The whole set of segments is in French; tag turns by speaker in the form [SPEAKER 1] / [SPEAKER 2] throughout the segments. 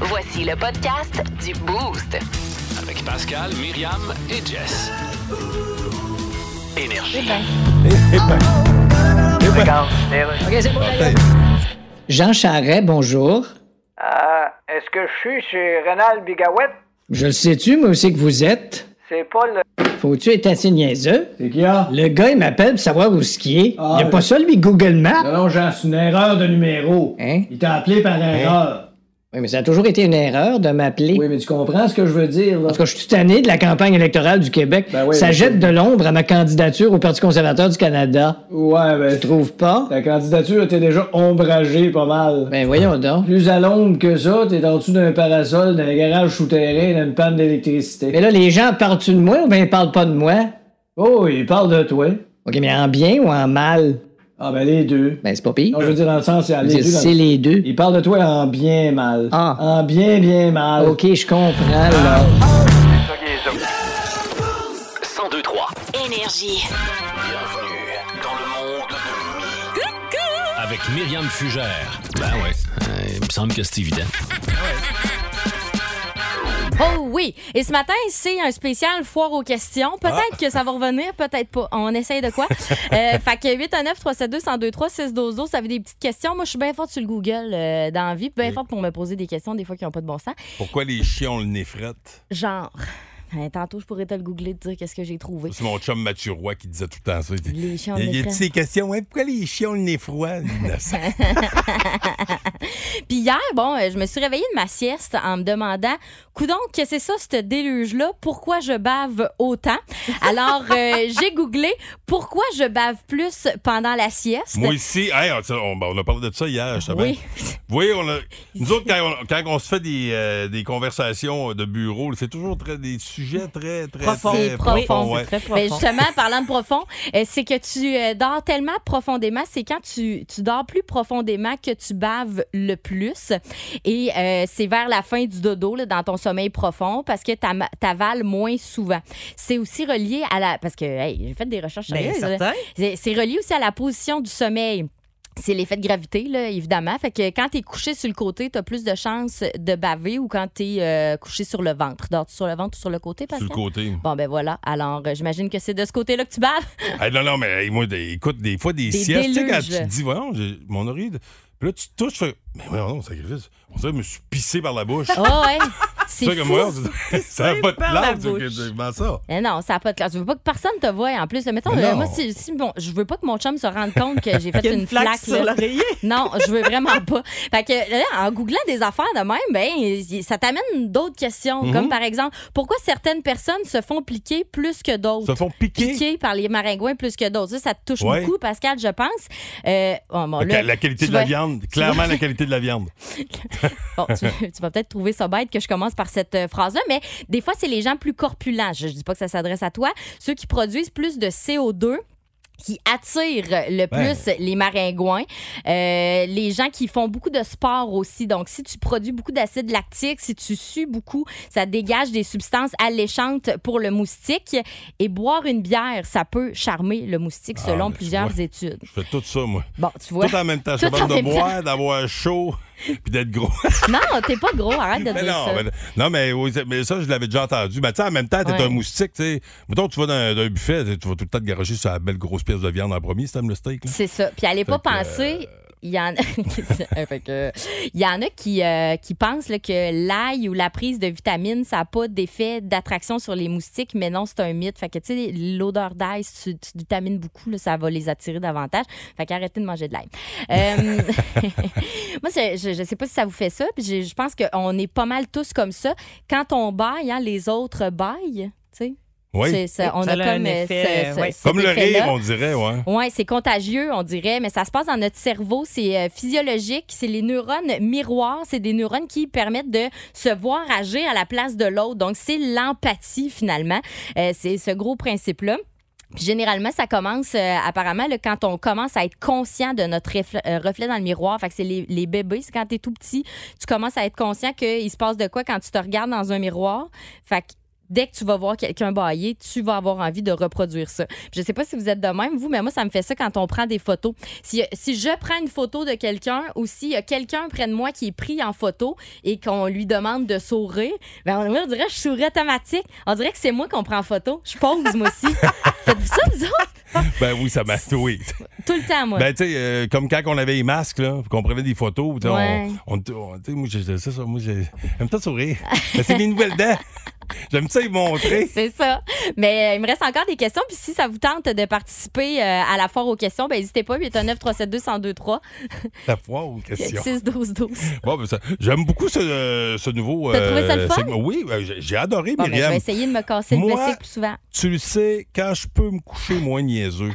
[SPEAKER 1] Voici le podcast du Boost.
[SPEAKER 2] Avec Pascal, Myriam et Jess. Énergie.
[SPEAKER 3] Jean Charret, bonjour.
[SPEAKER 4] Ah, est-ce que je suis chez Rénal Bigawet?
[SPEAKER 3] Je le sais-tu, mais où c'est que vous êtes?
[SPEAKER 4] C'est pas le...
[SPEAKER 3] Faut-tu être assez niaiseux?
[SPEAKER 5] C'est qui, là?
[SPEAKER 3] Le gars, il m'appelle pour savoir où ce qui est. Il
[SPEAKER 5] Ah,
[SPEAKER 3] a
[SPEAKER 5] oui.
[SPEAKER 3] pas ça, lui, Google Maps.
[SPEAKER 5] Non, non, Jean, c'est une erreur de numéro.
[SPEAKER 3] Hein?
[SPEAKER 5] Il t'a appelé par erreur.
[SPEAKER 3] Oui, mais ça a toujours été une erreur de m'appeler.
[SPEAKER 5] Oui, mais tu comprends ce que je veux dire, là?
[SPEAKER 3] En tout cas, je suis tanné de la campagne électorale du Québec.
[SPEAKER 5] Ben oui,
[SPEAKER 3] ça
[SPEAKER 5] mais-
[SPEAKER 3] jette de l'ombre à ma candidature au Parti conservateur du Canada.
[SPEAKER 5] Ouais, ben,
[SPEAKER 3] Tu trouves pas?
[SPEAKER 5] ta candidature était déjà ombragée pas mal.
[SPEAKER 3] Ben voyons donc.
[SPEAKER 5] Plus à l'ombre que ça, t'es en dessous d'un parasol, d'un garage souterrain, d'une panne d'électricité.
[SPEAKER 3] Mais là, les gens parlent-tu de moi ou bien ils parlent pas de moi?
[SPEAKER 5] Oh, il parle de toi.
[SPEAKER 3] OK, mais en bien ou en mal?
[SPEAKER 5] Ah, ben, les deux.
[SPEAKER 3] Ben, c'est pas pire.
[SPEAKER 5] Non, je veux dire, dans le sens, il y a
[SPEAKER 3] Je veux
[SPEAKER 5] les
[SPEAKER 3] dire,
[SPEAKER 5] deux. dans-
[SPEAKER 3] c'est les deux.
[SPEAKER 5] Il parle de toi en bien mal.
[SPEAKER 3] Ah.
[SPEAKER 5] En bien, bien mal.
[SPEAKER 3] OK, je comprends, là.
[SPEAKER 2] 1023.
[SPEAKER 1] Énergie.
[SPEAKER 2] Bienvenue dans le monde de Mi. Avec Myriam Fugère. Ben ouais, euh, il me semble que c'est évident.
[SPEAKER 6] Oh oui! Et ce matin, c'est un spécial foire aux questions. Peut-être que ça va revenir, peut-être pas. On essaye de quoi? euh, fait que 819 372 1023 612 ça avait des petites questions. Moi, je suis bien forte sur le Google euh, dans la vie, puis bien forte pour me poser des questions des fois qui n'ont pas de bon sens.
[SPEAKER 7] Pourquoi les chiens ont le nez frette?
[SPEAKER 6] Genre, ben, tantôt, je pourrais te le googler te dire qu'est-ce que j'ai trouvé.
[SPEAKER 7] C'est mon chum Mathieu Roy qui disait tout le temps ça. Il dit,
[SPEAKER 6] Les chiens
[SPEAKER 7] il y a
[SPEAKER 6] de
[SPEAKER 7] ces questions, hein, pourquoi les chiens ont le nez froid? Innocent.
[SPEAKER 6] Puis hier, bon, euh, je me suis réveillée de ma sieste en me demandant, coudon, qu'est-ce que c'est ça, ce déluge-là? Pourquoi je bave autant? Alors, euh, j'ai googlé pourquoi je bave plus pendant la sieste.
[SPEAKER 7] Moi ici, hey, on, on- ben, on a parlé de ça hier, je savais.
[SPEAKER 6] oui.
[SPEAKER 7] Oui, on a- nous autres, quand on, quand on se fait des, euh, des conversations de bureau, c'est toujours très, des sujets très, très,
[SPEAKER 6] Profond.
[SPEAKER 7] très
[SPEAKER 6] C'est profond,
[SPEAKER 7] ouais.
[SPEAKER 6] Ben, justement, parlant de profond, euh, c'est que tu euh, dors tellement profondément, c'est quand tu, tu dors plus profondément que tu baves le plus. Et euh, c'est vers la fin du dodo, là, dans ton sommeil profond, parce que t'am- t'avales moins souvent. C'est aussi relié à la... Parce que, hey, j'ai fait des recherches
[SPEAKER 7] Ben,
[SPEAKER 6] sérieuses, là. C'est c'est relié aussi à la position du sommeil. C'est l'effet de gravité, là, évidemment. Fait que quand t'es couché sur le côté, t'as plus de chances de baver ou quand t'es euh, couché sur le ventre. Dors-tu sur le ventre ou sur le côté,
[SPEAKER 7] Sur
[SPEAKER 6] Pascal?
[SPEAKER 7] le côté.
[SPEAKER 6] Bon, ben voilà. Alors, euh, j'imagine que c'est de ce côté-là que tu baves.
[SPEAKER 7] Hey, non, non, mais hey, moi, des- écoute, des fois, des,
[SPEAKER 6] Des
[SPEAKER 7] siestes, tu sais, quand tu
[SPEAKER 6] déluges.
[SPEAKER 7] te dis, voyons, j'ai mon oreille. de- Puis là, tu te touches, tu fais, mais voyons, non, sacrifice. On dirait que je me suis pissé par la bouche.
[SPEAKER 6] Oh,
[SPEAKER 8] Ah
[SPEAKER 6] ouais.
[SPEAKER 7] Tu
[SPEAKER 6] C'est
[SPEAKER 7] sais,
[SPEAKER 6] fou.
[SPEAKER 7] comme moi, ça n'a pas de
[SPEAKER 8] par la
[SPEAKER 7] place.
[SPEAKER 8] bouche.
[SPEAKER 7] c'est Comment ça?
[SPEAKER 6] Eh Non, ça n'a pas de classe. Je veux pas que personne te voie en plus. Mettons,
[SPEAKER 7] Mais
[SPEAKER 6] euh,
[SPEAKER 7] non.
[SPEAKER 6] moi, si, si bon, je veux pas que mon chum se rende compte que j'ai fait
[SPEAKER 8] Il y a
[SPEAKER 6] une,
[SPEAKER 8] une flaque sur
[SPEAKER 6] là.
[SPEAKER 8] l'oreiller.
[SPEAKER 6] Non, je veux vraiment pas. Fait que là, en googlant des affaires de même, ben, y- ça t'amène d'autres questions.
[SPEAKER 7] Mhm.
[SPEAKER 6] Comme par exemple, pourquoi certaines personnes se font piquer plus que d'autres?
[SPEAKER 7] Ils se font piquer.
[SPEAKER 6] Piquer par les maringouins plus que d'autres. Ça, ça te touche
[SPEAKER 7] Ouais.
[SPEAKER 6] beaucoup, Pascal, je pense. Euh, bon, bon,
[SPEAKER 7] La-
[SPEAKER 6] là,
[SPEAKER 7] la qualité
[SPEAKER 6] tu
[SPEAKER 7] de la
[SPEAKER 6] vas-
[SPEAKER 7] viande. Clairement, la qualité de la viande.
[SPEAKER 6] Bon, tu, tu vas peut-être trouver ça bête que je commence par cette euh, phrase-là, mais des fois, c'est les gens plus corpulents. Je ne dis pas que ça s'adresse à toi. Ceux qui produisent plus de CO2 qui attirent le plus les maringouins, Euh, les gens qui font beaucoup de sport aussi. Donc, si tu produis beaucoup d'acide lactique, si tu sues beaucoup, ça dégage des substances alléchantes pour le moustique. Et boire une bière, ça peut charmer le moustique,
[SPEAKER 7] Ah,
[SPEAKER 6] selon
[SPEAKER 7] mais tu
[SPEAKER 6] plusieurs
[SPEAKER 7] vois.
[SPEAKER 6] études.
[SPEAKER 7] Je fais tout ça, moi.
[SPEAKER 6] Bon, tu vois.
[SPEAKER 7] Tout en même temps. Je suis
[SPEAKER 6] Tout en
[SPEAKER 7] capable de
[SPEAKER 6] même temps.
[SPEAKER 7] boire, d'avoir chaud, puis d'être gros.
[SPEAKER 6] Non, t'es pas gros, arrête de
[SPEAKER 7] Mais
[SPEAKER 6] dire
[SPEAKER 7] non,
[SPEAKER 6] ça.
[SPEAKER 7] mais, non, mais, oui, c'est- mais ça, je l'avais déjà entendu. Mais tu sais, en même temps, t'es
[SPEAKER 6] Ouais.
[SPEAKER 7] un moustique, tu sais. Mettons, tu vas dans, dans un buffet, tu sais, tu vas tout le temps te garager sur la belle grosse pièce de viande en premier, si t'aimes le steak. là.
[SPEAKER 6] C'est ça. Puis allez pas
[SPEAKER 7] Fait que,
[SPEAKER 6] penser. Il y, en... Fait que, il y en a qui, euh, qui pensent là, que l'ail ou la prise de vitamines, ça n'a pas d'effet d'attraction sur les moustiques, mais non, c'est un mythe. Fait que, tu sais, l'odeur d'ail, si tu, tu te vitamines beaucoup, là, ça va les attirer davantage. Fait qu'arrêtez de manger de l'ail. Euh, Moi, c'est- je ne sais pas si ça vous fait ça, puis j'ai- je pense qu'on est pas mal tous comme ça. Quand on baille, hein, les autres baillent, tu sais.
[SPEAKER 7] Oui.
[SPEAKER 6] C'est ça, on
[SPEAKER 8] Ça
[SPEAKER 6] a
[SPEAKER 8] a un
[SPEAKER 6] comme euh,
[SPEAKER 8] effet,
[SPEAKER 6] ce- ce-
[SPEAKER 8] ouais.
[SPEAKER 6] cet
[SPEAKER 7] Comme le
[SPEAKER 6] effet-là.
[SPEAKER 7] rire, on dirait, ouais.
[SPEAKER 6] Oui, c'est contagieux, on dirait, mais ça se passe dans notre cerveau. C'est euh, physiologique. C'est les neurones miroirs. C'est des neurones qui permettent de se voir agir à la place de l'autre. Donc, c'est l'empathie, finalement. Euh, c'est ce gros principe-là. Puis Généralement, ça commence euh, apparemment là, quand on commence à être conscient de notre refl- euh, reflet dans le miroir. Fait que c'est les, les bébés, c'est quand t'es tout petit, tu commences à être conscient qu'il se passe de quoi quand tu te regardes dans un miroir. Fait que dès que tu vas voir quelqu'un bailler, tu vas avoir envie de reproduire ça. Je sais pas si vous êtes de même, vous, mais moi, ça me fait ça quand on prend des photos. Si, si je prends une photo de quelqu'un ou si euh, quelqu'un près de moi qui est pris en photo et qu'on lui demande de sourire, ben, on, on dirait que je souris automatique. On dirait que c'est moi qu'on prend en photo. Je pose, moi aussi. Faites-vous ça, vous autres?
[SPEAKER 7] Ben oui, ça m'a. Oui.
[SPEAKER 6] Tout le temps, moi.
[SPEAKER 7] Ben, tu sais, euh, comme quand on avait les masques, là, puis qu'on prenait des photos, tu sais,
[SPEAKER 6] Ouais.
[SPEAKER 7] on, on- on- tu sais, moi, j'ai ça, ça, moi, j'ai- j'aime ça sourire. Ben, c'est mes nouvelles dents. J'aime ça y montrer.
[SPEAKER 6] C'est ça. Mais euh, il me reste encore des questions. Puis si ça vous tente de participer euh, à la foire aux questions, ben n'hésitez pas. 819 372 1023
[SPEAKER 7] La foi aux questions.
[SPEAKER 6] 6 12 12.
[SPEAKER 7] Bon, ben, ça- j'aime beaucoup ce, euh, ce nouveau.
[SPEAKER 6] T'as trouvé ça le fun?
[SPEAKER 7] segment. Oui, ben, j'ai- j'ai adoré,
[SPEAKER 6] Bon, ben, je
[SPEAKER 7] Myriam.
[SPEAKER 6] vais essayer de me casser le
[SPEAKER 7] Moi-
[SPEAKER 6] plastique plus souvent.
[SPEAKER 7] Tu le sais, quand je peux me coucher moins niaiseux,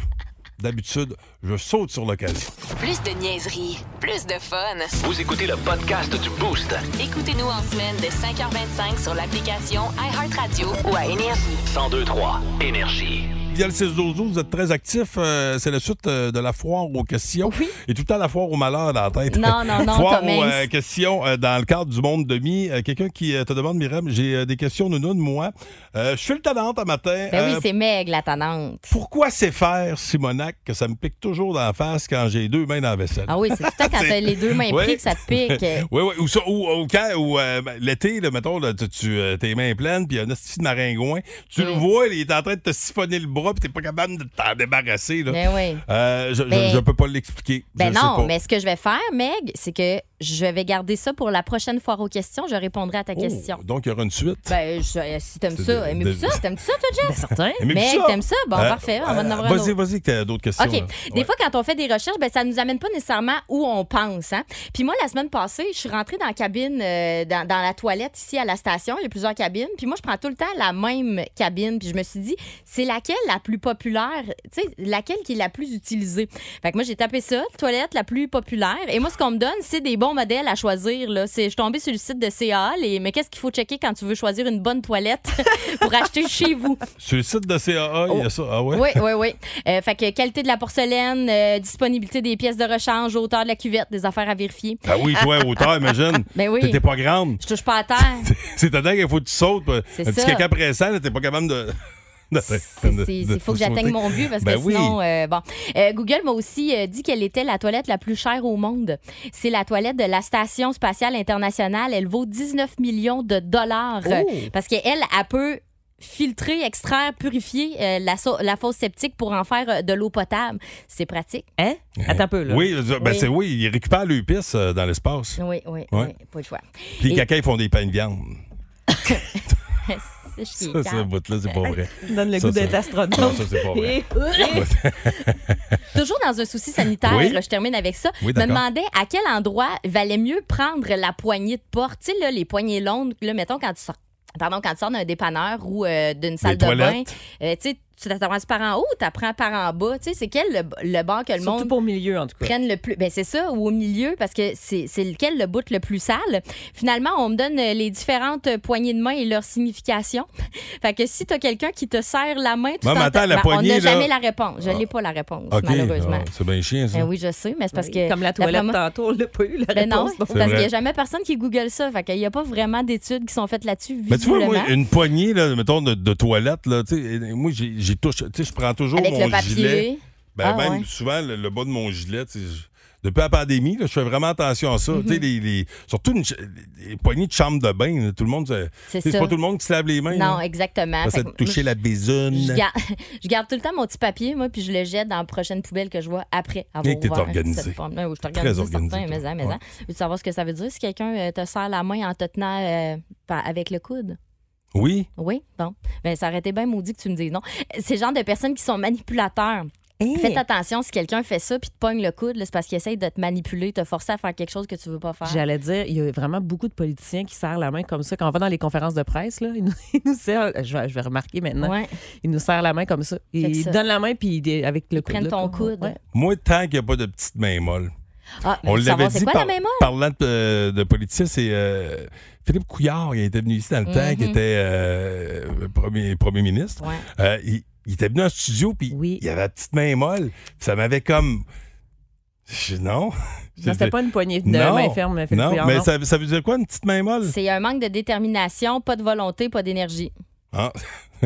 [SPEAKER 7] d'habitude, je saute sur l'occasion.
[SPEAKER 1] Plus de niaiserie, plus de fun.
[SPEAKER 9] Vous écoutez le podcast du Boost.
[SPEAKER 1] Écoutez-nous en semaine de 5h25 sur l'application iHeartRadio ou à Énergie.
[SPEAKER 9] 1023 Énergie.
[SPEAKER 7] Via le 6 12 vous êtes très actifs. euh, c'est la suite euh, de la foire aux questions. Et tout le temps la foire au malheur dans la tête.
[SPEAKER 6] Non, non, non,
[SPEAKER 7] Foire
[SPEAKER 6] Thomas.
[SPEAKER 7] aux euh, questions euh, dans le cadre du monde demi. Euh, Quelqu'un qui euh, te demande, Myriam, j'ai euh, des questions nounoun, moi. Euh, je suis le talent un matin.
[SPEAKER 6] Ben oui,
[SPEAKER 7] Euh,
[SPEAKER 6] c'est maigre, la tanante.
[SPEAKER 7] pourquoi c'est faire, Simonac, que ça me pique toujours dans la face quand j'ai deux mains dans la vaisselle?
[SPEAKER 6] Ah oui, c'est tout le temps quand t'as les deux mains
[SPEAKER 7] Oui.
[SPEAKER 6] prises que ça te pique.
[SPEAKER 7] Oui, oui. Ou, ça, ou, ou quand, ou, euh, ben, l'été, là, mettons, là, tu, tu, euh, tes mains pleines, puis il y a un esti de maringouin. Tu
[SPEAKER 6] Mm.
[SPEAKER 7] le vois, il est en train de te siphonner le bras, puis t'es pas capable de t'en débarrasser. Là.
[SPEAKER 6] Ben oui.
[SPEAKER 7] Euh, je, je-
[SPEAKER 6] Ben-
[SPEAKER 7] je peux pas l'expliquer.
[SPEAKER 6] Ben
[SPEAKER 7] Je sais
[SPEAKER 6] non,
[SPEAKER 7] pas.
[SPEAKER 6] mais ce que je vais faire, Meg, c'est que je vais garder ça pour la prochaine foire aux questions. Je répondrai à ta
[SPEAKER 7] Oh,
[SPEAKER 6] question.
[SPEAKER 7] Donc, il y aura une suite.
[SPEAKER 6] Ben, je- euh, si t'aimes
[SPEAKER 7] C'est
[SPEAKER 6] ça,
[SPEAKER 7] de-
[SPEAKER 6] aimes
[SPEAKER 7] de-
[SPEAKER 6] ça? T'aimes ça, toi, Jeff?
[SPEAKER 8] Ben, certain.
[SPEAKER 7] Mais
[SPEAKER 6] Meg,
[SPEAKER 7] ça-
[SPEAKER 6] t'aimes ça? Bon,
[SPEAKER 7] Euh,
[SPEAKER 6] parfait, on va en
[SPEAKER 7] euh,
[SPEAKER 6] avoir un
[SPEAKER 7] Vas-y,
[SPEAKER 6] autre.
[SPEAKER 7] vas-y, que t'as d'autres questions.
[SPEAKER 6] OK.
[SPEAKER 7] là.
[SPEAKER 6] Des
[SPEAKER 7] Ouais.
[SPEAKER 6] fois, quand on fait des recherches, ben, ça nous amène pas nécessairement où on pense. Hein? Puis moi, la semaine passée, je suis rentrée dans la cabine, euh, dans, dans la toilette ici à la station. Il y a plusieurs cabines. Puis moi, je prends tout le temps la même cabine. Puis je me suis dit, c'est laquelle la plus populaire? Tu sais, laquelle qui est la plus utilisée? Fait que moi, j'ai tapé ça, toilette la plus populaire. Et moi, ce qu'on me donne, c'est des bons modèles à choisir. Là. C'est, je suis tombée sur le site de CA. Les, mais qu'est-ce qu'il faut checker quand tu veux choisir une bonne toilette pour acheter chez vous?
[SPEAKER 7] Sur le site de CAA, il y a ça. Ah ouais?
[SPEAKER 6] Oh. Oui, oui, oui. Euh, fait que qualité de la porcelaine, euh, disponibilité des pièces de rechange, hauteur de la cuvette, des affaires à vérifier.
[SPEAKER 7] Ah oui, toi, hauteur, imagine.
[SPEAKER 6] Ben oui.
[SPEAKER 7] T'étais pas grande.
[SPEAKER 6] Je touche pas à terre.
[SPEAKER 7] C'est à dire qu'il faut que tu sautes. puis
[SPEAKER 6] C'est
[SPEAKER 7] Un petit
[SPEAKER 6] ça.
[SPEAKER 7] caca pressant, là, t'es pas capable de.
[SPEAKER 6] Il faut que j'atteigne mon but parce que
[SPEAKER 7] Ben oui.
[SPEAKER 6] sinon, euh, bon. Euh, Google m'a aussi euh, dit qu'elle était la toilette la plus chère au monde. C'est la toilette de la Station spatiale internationale. Elle vaut 19 millions de dollars euh, parce qu'elle, elle peut filtrer, extraire, purifier euh, la, so- la fosse septique pour en faire euh, de l'eau potable. C'est pratique.
[SPEAKER 8] Hein? Attends un peu, là.
[SPEAKER 7] Oui, je veux dire, ben
[SPEAKER 6] Oui.
[SPEAKER 7] c'est oui, ils récupèrent le pisse euh, dans l'espace.
[SPEAKER 6] Oui, oui,
[SPEAKER 7] Ouais.
[SPEAKER 6] oui, pas le choix.
[SPEAKER 7] Puis les
[SPEAKER 6] Et-
[SPEAKER 7] caca, ils font des pains de viande.
[SPEAKER 6] C'est chiant.
[SPEAKER 7] Ça, ce bout-là, c'est pas vrai.
[SPEAKER 8] Donne le
[SPEAKER 7] Ça,
[SPEAKER 8] goût
[SPEAKER 7] ça-
[SPEAKER 8] d'être astronaute.
[SPEAKER 7] Non, ça, c'est pas vrai.
[SPEAKER 8] Et-
[SPEAKER 6] Toujours dans un souci sanitaire,
[SPEAKER 7] Oui.
[SPEAKER 6] je termine avec ça. je me
[SPEAKER 7] Oui, d'accord.
[SPEAKER 6] demandais à quel endroit valait mieux prendre la poignée de porte. Tu sais, là, les poignées longues, là, mettons, quand tu sors. Pardon, quand tu sors d'un dépanneur ou euh, d'une salle de bain,
[SPEAKER 7] toilettes.
[SPEAKER 6] euh, tu sais, tu t'apprends par en haut, tu apprends par en bas. Tu sais, c'est quel le, le bord que le
[SPEAKER 8] Surtout
[SPEAKER 6] monde
[SPEAKER 8] pour milieu, en tout cas.
[SPEAKER 6] prennent le plus. Ben c'est ça, ou au milieu, parce que c'est c'est lequel le bout le plus sale. Finalement, on me donne euh, les différentes euh, poignées de main et leur signification. fait que si t'as quelqu'un qui te serre la main, tout
[SPEAKER 7] Ouais, mais
[SPEAKER 6] en-
[SPEAKER 7] attends, la
[SPEAKER 6] Ben, on
[SPEAKER 7] poignée,
[SPEAKER 6] n'a
[SPEAKER 7] là- Ah.
[SPEAKER 6] jamais la réponse. Je n'ai pas la réponse,
[SPEAKER 7] OK.
[SPEAKER 6] malheureusement.
[SPEAKER 7] ah, c'est bien chiant, ça.
[SPEAKER 6] Ben oui, je sais, mais c'est parce que.
[SPEAKER 8] Comme la
[SPEAKER 6] d'après
[SPEAKER 8] toilette
[SPEAKER 6] moi-
[SPEAKER 8] tantôt, on l'a pas eu, la
[SPEAKER 6] Ben non,
[SPEAKER 8] réponse.
[SPEAKER 6] parce qu'il n'y
[SPEAKER 7] vrai.
[SPEAKER 6] a jamais personne qui Google ça. Fait qu'il n'y a pas vraiment d'études qui sont faites là-dessus.
[SPEAKER 7] Mais tu vois, moi,
[SPEAKER 6] visiblement.
[SPEAKER 7] une poignée, là, mettons, de, de toilette, là, tu sais, moi, j'y j'y touche. Tu sais, je prends toujours
[SPEAKER 6] Avec
[SPEAKER 7] mon
[SPEAKER 6] le
[SPEAKER 7] gilet.
[SPEAKER 6] papier.
[SPEAKER 7] Ben,
[SPEAKER 6] Ah,
[SPEAKER 7] même
[SPEAKER 6] ouais.
[SPEAKER 7] souvent, le, le bas de mon gilet, tu sais, je- depuis la pandémie, là, je fais vraiment attention à ça. Tu sais,
[SPEAKER 6] Mhm.
[SPEAKER 7] les, les- surtout une ch- les poignées de chambre de bain, là, tout le monde. se-
[SPEAKER 6] C'est
[SPEAKER 7] tu sais,
[SPEAKER 6] ça.
[SPEAKER 7] C'est pas tout le monde qui se lave les mains.
[SPEAKER 6] Non,
[SPEAKER 7] là.
[SPEAKER 6] exactement.
[SPEAKER 7] Ça,
[SPEAKER 6] Fait
[SPEAKER 7] c'est
[SPEAKER 6] que
[SPEAKER 7] de toucher la
[SPEAKER 6] Je
[SPEAKER 7] bésogne.
[SPEAKER 6] garde, je garde tout le temps mon petit papier, moi, puis je le jette dans la prochaine poubelle que je vois après avoir
[SPEAKER 7] Et que t'es
[SPEAKER 6] ouvert
[SPEAKER 7] organisé.
[SPEAKER 6] cette porte. Ouais, ouais, je suis
[SPEAKER 7] Très
[SPEAKER 6] organisée,
[SPEAKER 7] organisé,
[SPEAKER 6] certain,
[SPEAKER 7] toi.
[SPEAKER 6] mais hein, mais hein. Je veux savoir ce que ça veut dire si quelqu'un euh, te serre la main en te tenant euh, par- avec le coude.
[SPEAKER 7] Oui.
[SPEAKER 6] Euh, Oui, bon. Ben, ça aurait été bien maudit que tu me dises non. C'est le genre de personnes qui sont manipulateurs. Faites attention si quelqu'un fait ça puis te pogne le coude, là, c'est parce qu'il essaye de te manipuler, te forcer à faire quelque chose que tu veux pas faire.
[SPEAKER 8] J'allais dire, il y a vraiment beaucoup de politiciens qui serrent la main comme ça. Quand on va dans les conférences de presse, là, ils, nous, ils nous serrent, je vais, je vais remarquer maintenant,
[SPEAKER 6] Ouais.
[SPEAKER 8] ils nous serrent la main comme ça.
[SPEAKER 6] Fait que
[SPEAKER 8] Ils
[SPEAKER 6] ça.
[SPEAKER 8] donnent la main, puis ils dé- avec le coude.
[SPEAKER 6] prennent
[SPEAKER 8] là,
[SPEAKER 6] ton
[SPEAKER 8] comme-
[SPEAKER 6] coude.
[SPEAKER 8] ouais.
[SPEAKER 7] Moi, tant qu'il n'y a pas de petite main molle.
[SPEAKER 6] Ah, mais
[SPEAKER 7] On
[SPEAKER 6] savoir
[SPEAKER 7] l'avait
[SPEAKER 6] c'est
[SPEAKER 7] dit
[SPEAKER 6] quoi,
[SPEAKER 7] par-
[SPEAKER 6] la mémoire?
[SPEAKER 7] parlant de, euh, de politicien, c'est euh, Philippe Couillard, il était venu ici dans le temps, qui
[SPEAKER 6] Mhm.
[SPEAKER 7] était euh, premier, premier ministre.
[SPEAKER 6] Ouais.
[SPEAKER 7] Euh, il, il était venu en studio, puis il avait la petite main molle. Puis Ça m'avait comme. Je- non.
[SPEAKER 8] Non, C'était pas une poignée de
[SPEAKER 7] Non.
[SPEAKER 8] main ferme, Philippe
[SPEAKER 7] Non,
[SPEAKER 8] Couillard,
[SPEAKER 7] mais
[SPEAKER 8] non.
[SPEAKER 7] Ça, ça veut dire quoi, une petite main molle?
[SPEAKER 6] C'est un manque de détermination, pas de volonté, pas d'énergie.
[SPEAKER 7] Ah.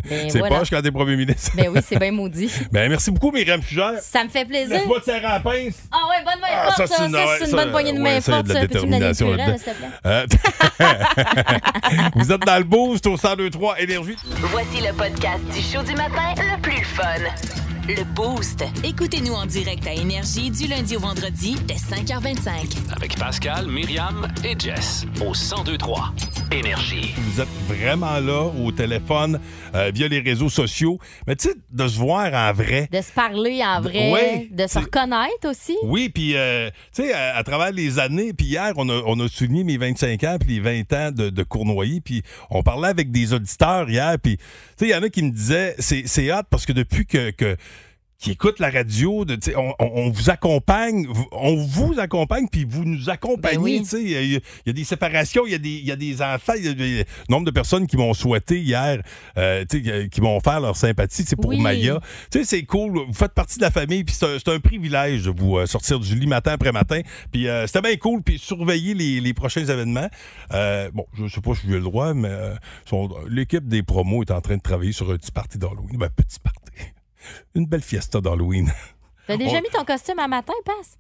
[SPEAKER 6] Ben
[SPEAKER 7] c'est
[SPEAKER 6] voilà.
[SPEAKER 7] poche quand t'es premier ministre.
[SPEAKER 6] Ben oui, c'est bien maudit.
[SPEAKER 7] Ben, merci beaucoup, Myriam Fugère.
[SPEAKER 6] Ça me fait plaisir.
[SPEAKER 7] Laisse-moi te serrer la pince.
[SPEAKER 6] Ah ouais, bonne main
[SPEAKER 7] Ah,
[SPEAKER 6] forte, ça,
[SPEAKER 7] c'est une-
[SPEAKER 6] ça, c'est
[SPEAKER 7] ouais,
[SPEAKER 6] une
[SPEAKER 7] ça,
[SPEAKER 6] bonne poignée de main
[SPEAKER 7] ouais, ça, il y a
[SPEAKER 6] forte,
[SPEAKER 7] de la
[SPEAKER 6] ça. Peux-tu me donner le
[SPEAKER 7] détermination
[SPEAKER 6] curel,
[SPEAKER 7] là-dedans.
[SPEAKER 6] s'il te plaît?
[SPEAKER 7] Euh, Vous êtes dans le boost au 1023 Énergie.
[SPEAKER 1] Voici le podcast du show du matin le plus fun. Le Boost. Écoutez-nous en direct à Énergie du lundi au vendredi dès 5h25.
[SPEAKER 9] Avec Pascal, Myriam et Jess au 1023 Énergie.
[SPEAKER 7] Vous êtes vraiment là au téléphone euh, via les réseaux sociaux. Mais tu sais, de se voir en vrai.
[SPEAKER 6] De se parler en
[SPEAKER 7] De-
[SPEAKER 6] vrai,
[SPEAKER 7] ouais,
[SPEAKER 6] de se
[SPEAKER 7] c'est-
[SPEAKER 6] reconnaître aussi.
[SPEAKER 7] Oui, puis, euh, tu sais, à, à travers les années, puis hier, on a, on a souligné mes 25 ans, puis les 20 ans de, de Cournoyer, puis on parlait avec des auditeurs hier, puis, tu sais, il y en a qui me disaient, c'est c'est hot parce que depuis que. que qui écoutent la radio, de, tu sais, on, on- on vous accompagne, vous- on vous accompagne, puis vous nous accompagnez.
[SPEAKER 6] Ben oui.
[SPEAKER 7] tu sais. Il y, a- il y a des séparations, il y, a des- il y a des enfants, il y a des- nombre de personnes qui m'ont souhaité hier, euh, tu sais, qui m'ont offert leur sympathie tu sais, pour
[SPEAKER 6] Oui.
[SPEAKER 7] Maya. Tu sais, c'est cool. Vous faites partie de la famille, puis c'est un, c'est un privilège de vous euh, sortir du lit matin après matin. Puis euh, c'était bien cool, puis surveiller les, les prochains événements. Euh, bon, je sais pas si j'ai le droit, mais euh, son- l'équipe des promos est en train de travailler sur un petit party d'Halloween. Ben, petit party. Une belle fiesta d'Halloween.
[SPEAKER 6] T'as déjà
[SPEAKER 7] On-
[SPEAKER 6] mis ton costume à matin, passe.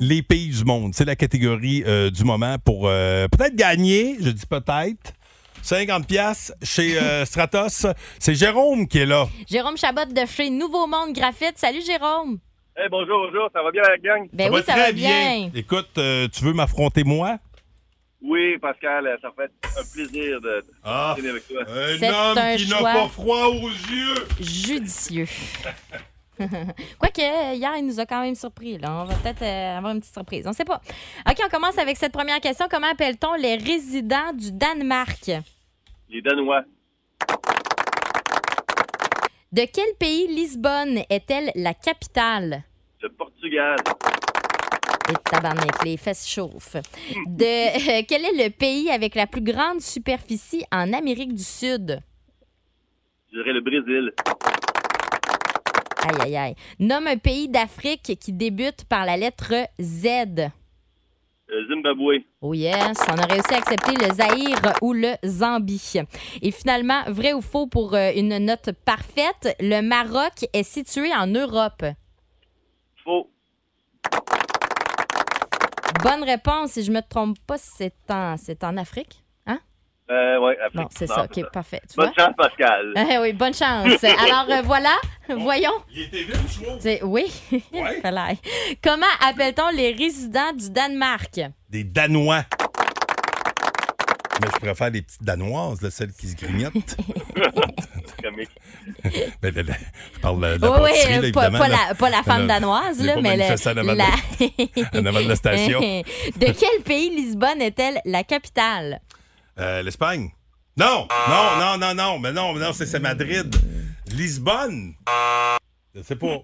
[SPEAKER 7] Les pays du monde, c'est la catégorie euh, du moment pour euh, peut-être gagner, je dis peut-être, 50 pièces chez euh, Stratos. C'est Jérôme qui est là.
[SPEAKER 6] Jérôme Chabot de chez Nouveau Monde Graphite. Salut Jérôme.
[SPEAKER 10] Hey, bonjour, bonjour, ça va bien la gang?
[SPEAKER 6] Ben oui, ça va bien.
[SPEAKER 7] Écoute, euh, tu veux m'affronter moi?
[SPEAKER 10] Oui, Pascal, ça fait un plaisir de de
[SPEAKER 7] Ah,
[SPEAKER 10] discuter avec toi.
[SPEAKER 6] C'est homme un qui n'a choix. pas
[SPEAKER 7] froid aux yeux.
[SPEAKER 6] Judicieux. Quoique, euh, hier, il nous a quand même surpris. Là. On va peut-être euh, avoir une petite surprise. On ne sait pas. OK, on commence avec cette première question. Comment appelle-t-on les résidents du Danemark?
[SPEAKER 10] Les Danois,
[SPEAKER 6] De quel pays Lisbonne est-elle la capitale?
[SPEAKER 10] le Portugal,
[SPEAKER 6] Et tabarnak, les fesses chauffent. De, euh, quel est le pays avec la plus grande superficie en Amérique du Sud?
[SPEAKER 10] je dirais le Brésil,
[SPEAKER 6] Aïe, aïe, aïe. Nomme un pays d'Afrique qui débute par la lettre Z.
[SPEAKER 10] le Zimbabwe,
[SPEAKER 6] Oh yes, on a réussi à accepter le Zaïre ou le Zambie. Et finalement, vrai ou faux pour euh, une note parfaite, le Maroc est situé en Europe.
[SPEAKER 10] faux,
[SPEAKER 6] Bonne réponse, si je me trompe pas, c'est en, c'est en Afrique.
[SPEAKER 10] euh, ouais, Afrique.
[SPEAKER 6] Non, c'est
[SPEAKER 10] Non,
[SPEAKER 6] ça. OK, parfait. Tu vois?
[SPEAKER 10] Bonne chance, Pascal.
[SPEAKER 6] Ah oui, bonne chance. Alors euh, voilà, voyons.
[SPEAKER 7] Il était vite, je trouve.
[SPEAKER 6] C'est- Oui. Fallait. Comment appelle-t-on les résidents du Danemark?
[SPEAKER 7] Des Danois. Mais je préfère les petites Danoises, là, celles qui se grignotent.
[SPEAKER 10] C'est comique.
[SPEAKER 7] Ben, la- la- je parle de la, de la
[SPEAKER 6] Oui, oui,
[SPEAKER 7] pâtisserie, là,
[SPEAKER 6] euh, pas,
[SPEAKER 7] évidemment,
[SPEAKER 6] pas
[SPEAKER 7] là.
[SPEAKER 6] la, pas la femme
[SPEAKER 7] Là,
[SPEAKER 6] danoise,
[SPEAKER 7] j'ai
[SPEAKER 6] là,
[SPEAKER 7] pas
[SPEAKER 6] mais
[SPEAKER 7] manifesté en
[SPEAKER 6] le-
[SPEAKER 7] avant de- en avant de la station.
[SPEAKER 6] de quel pays Lisbonne est-elle la capitale?
[SPEAKER 7] Euh, L'Espagne. Non, non, non, non, non, mais non, mais non, c'est c'est Madrid. Lisbonne. Je sais pas.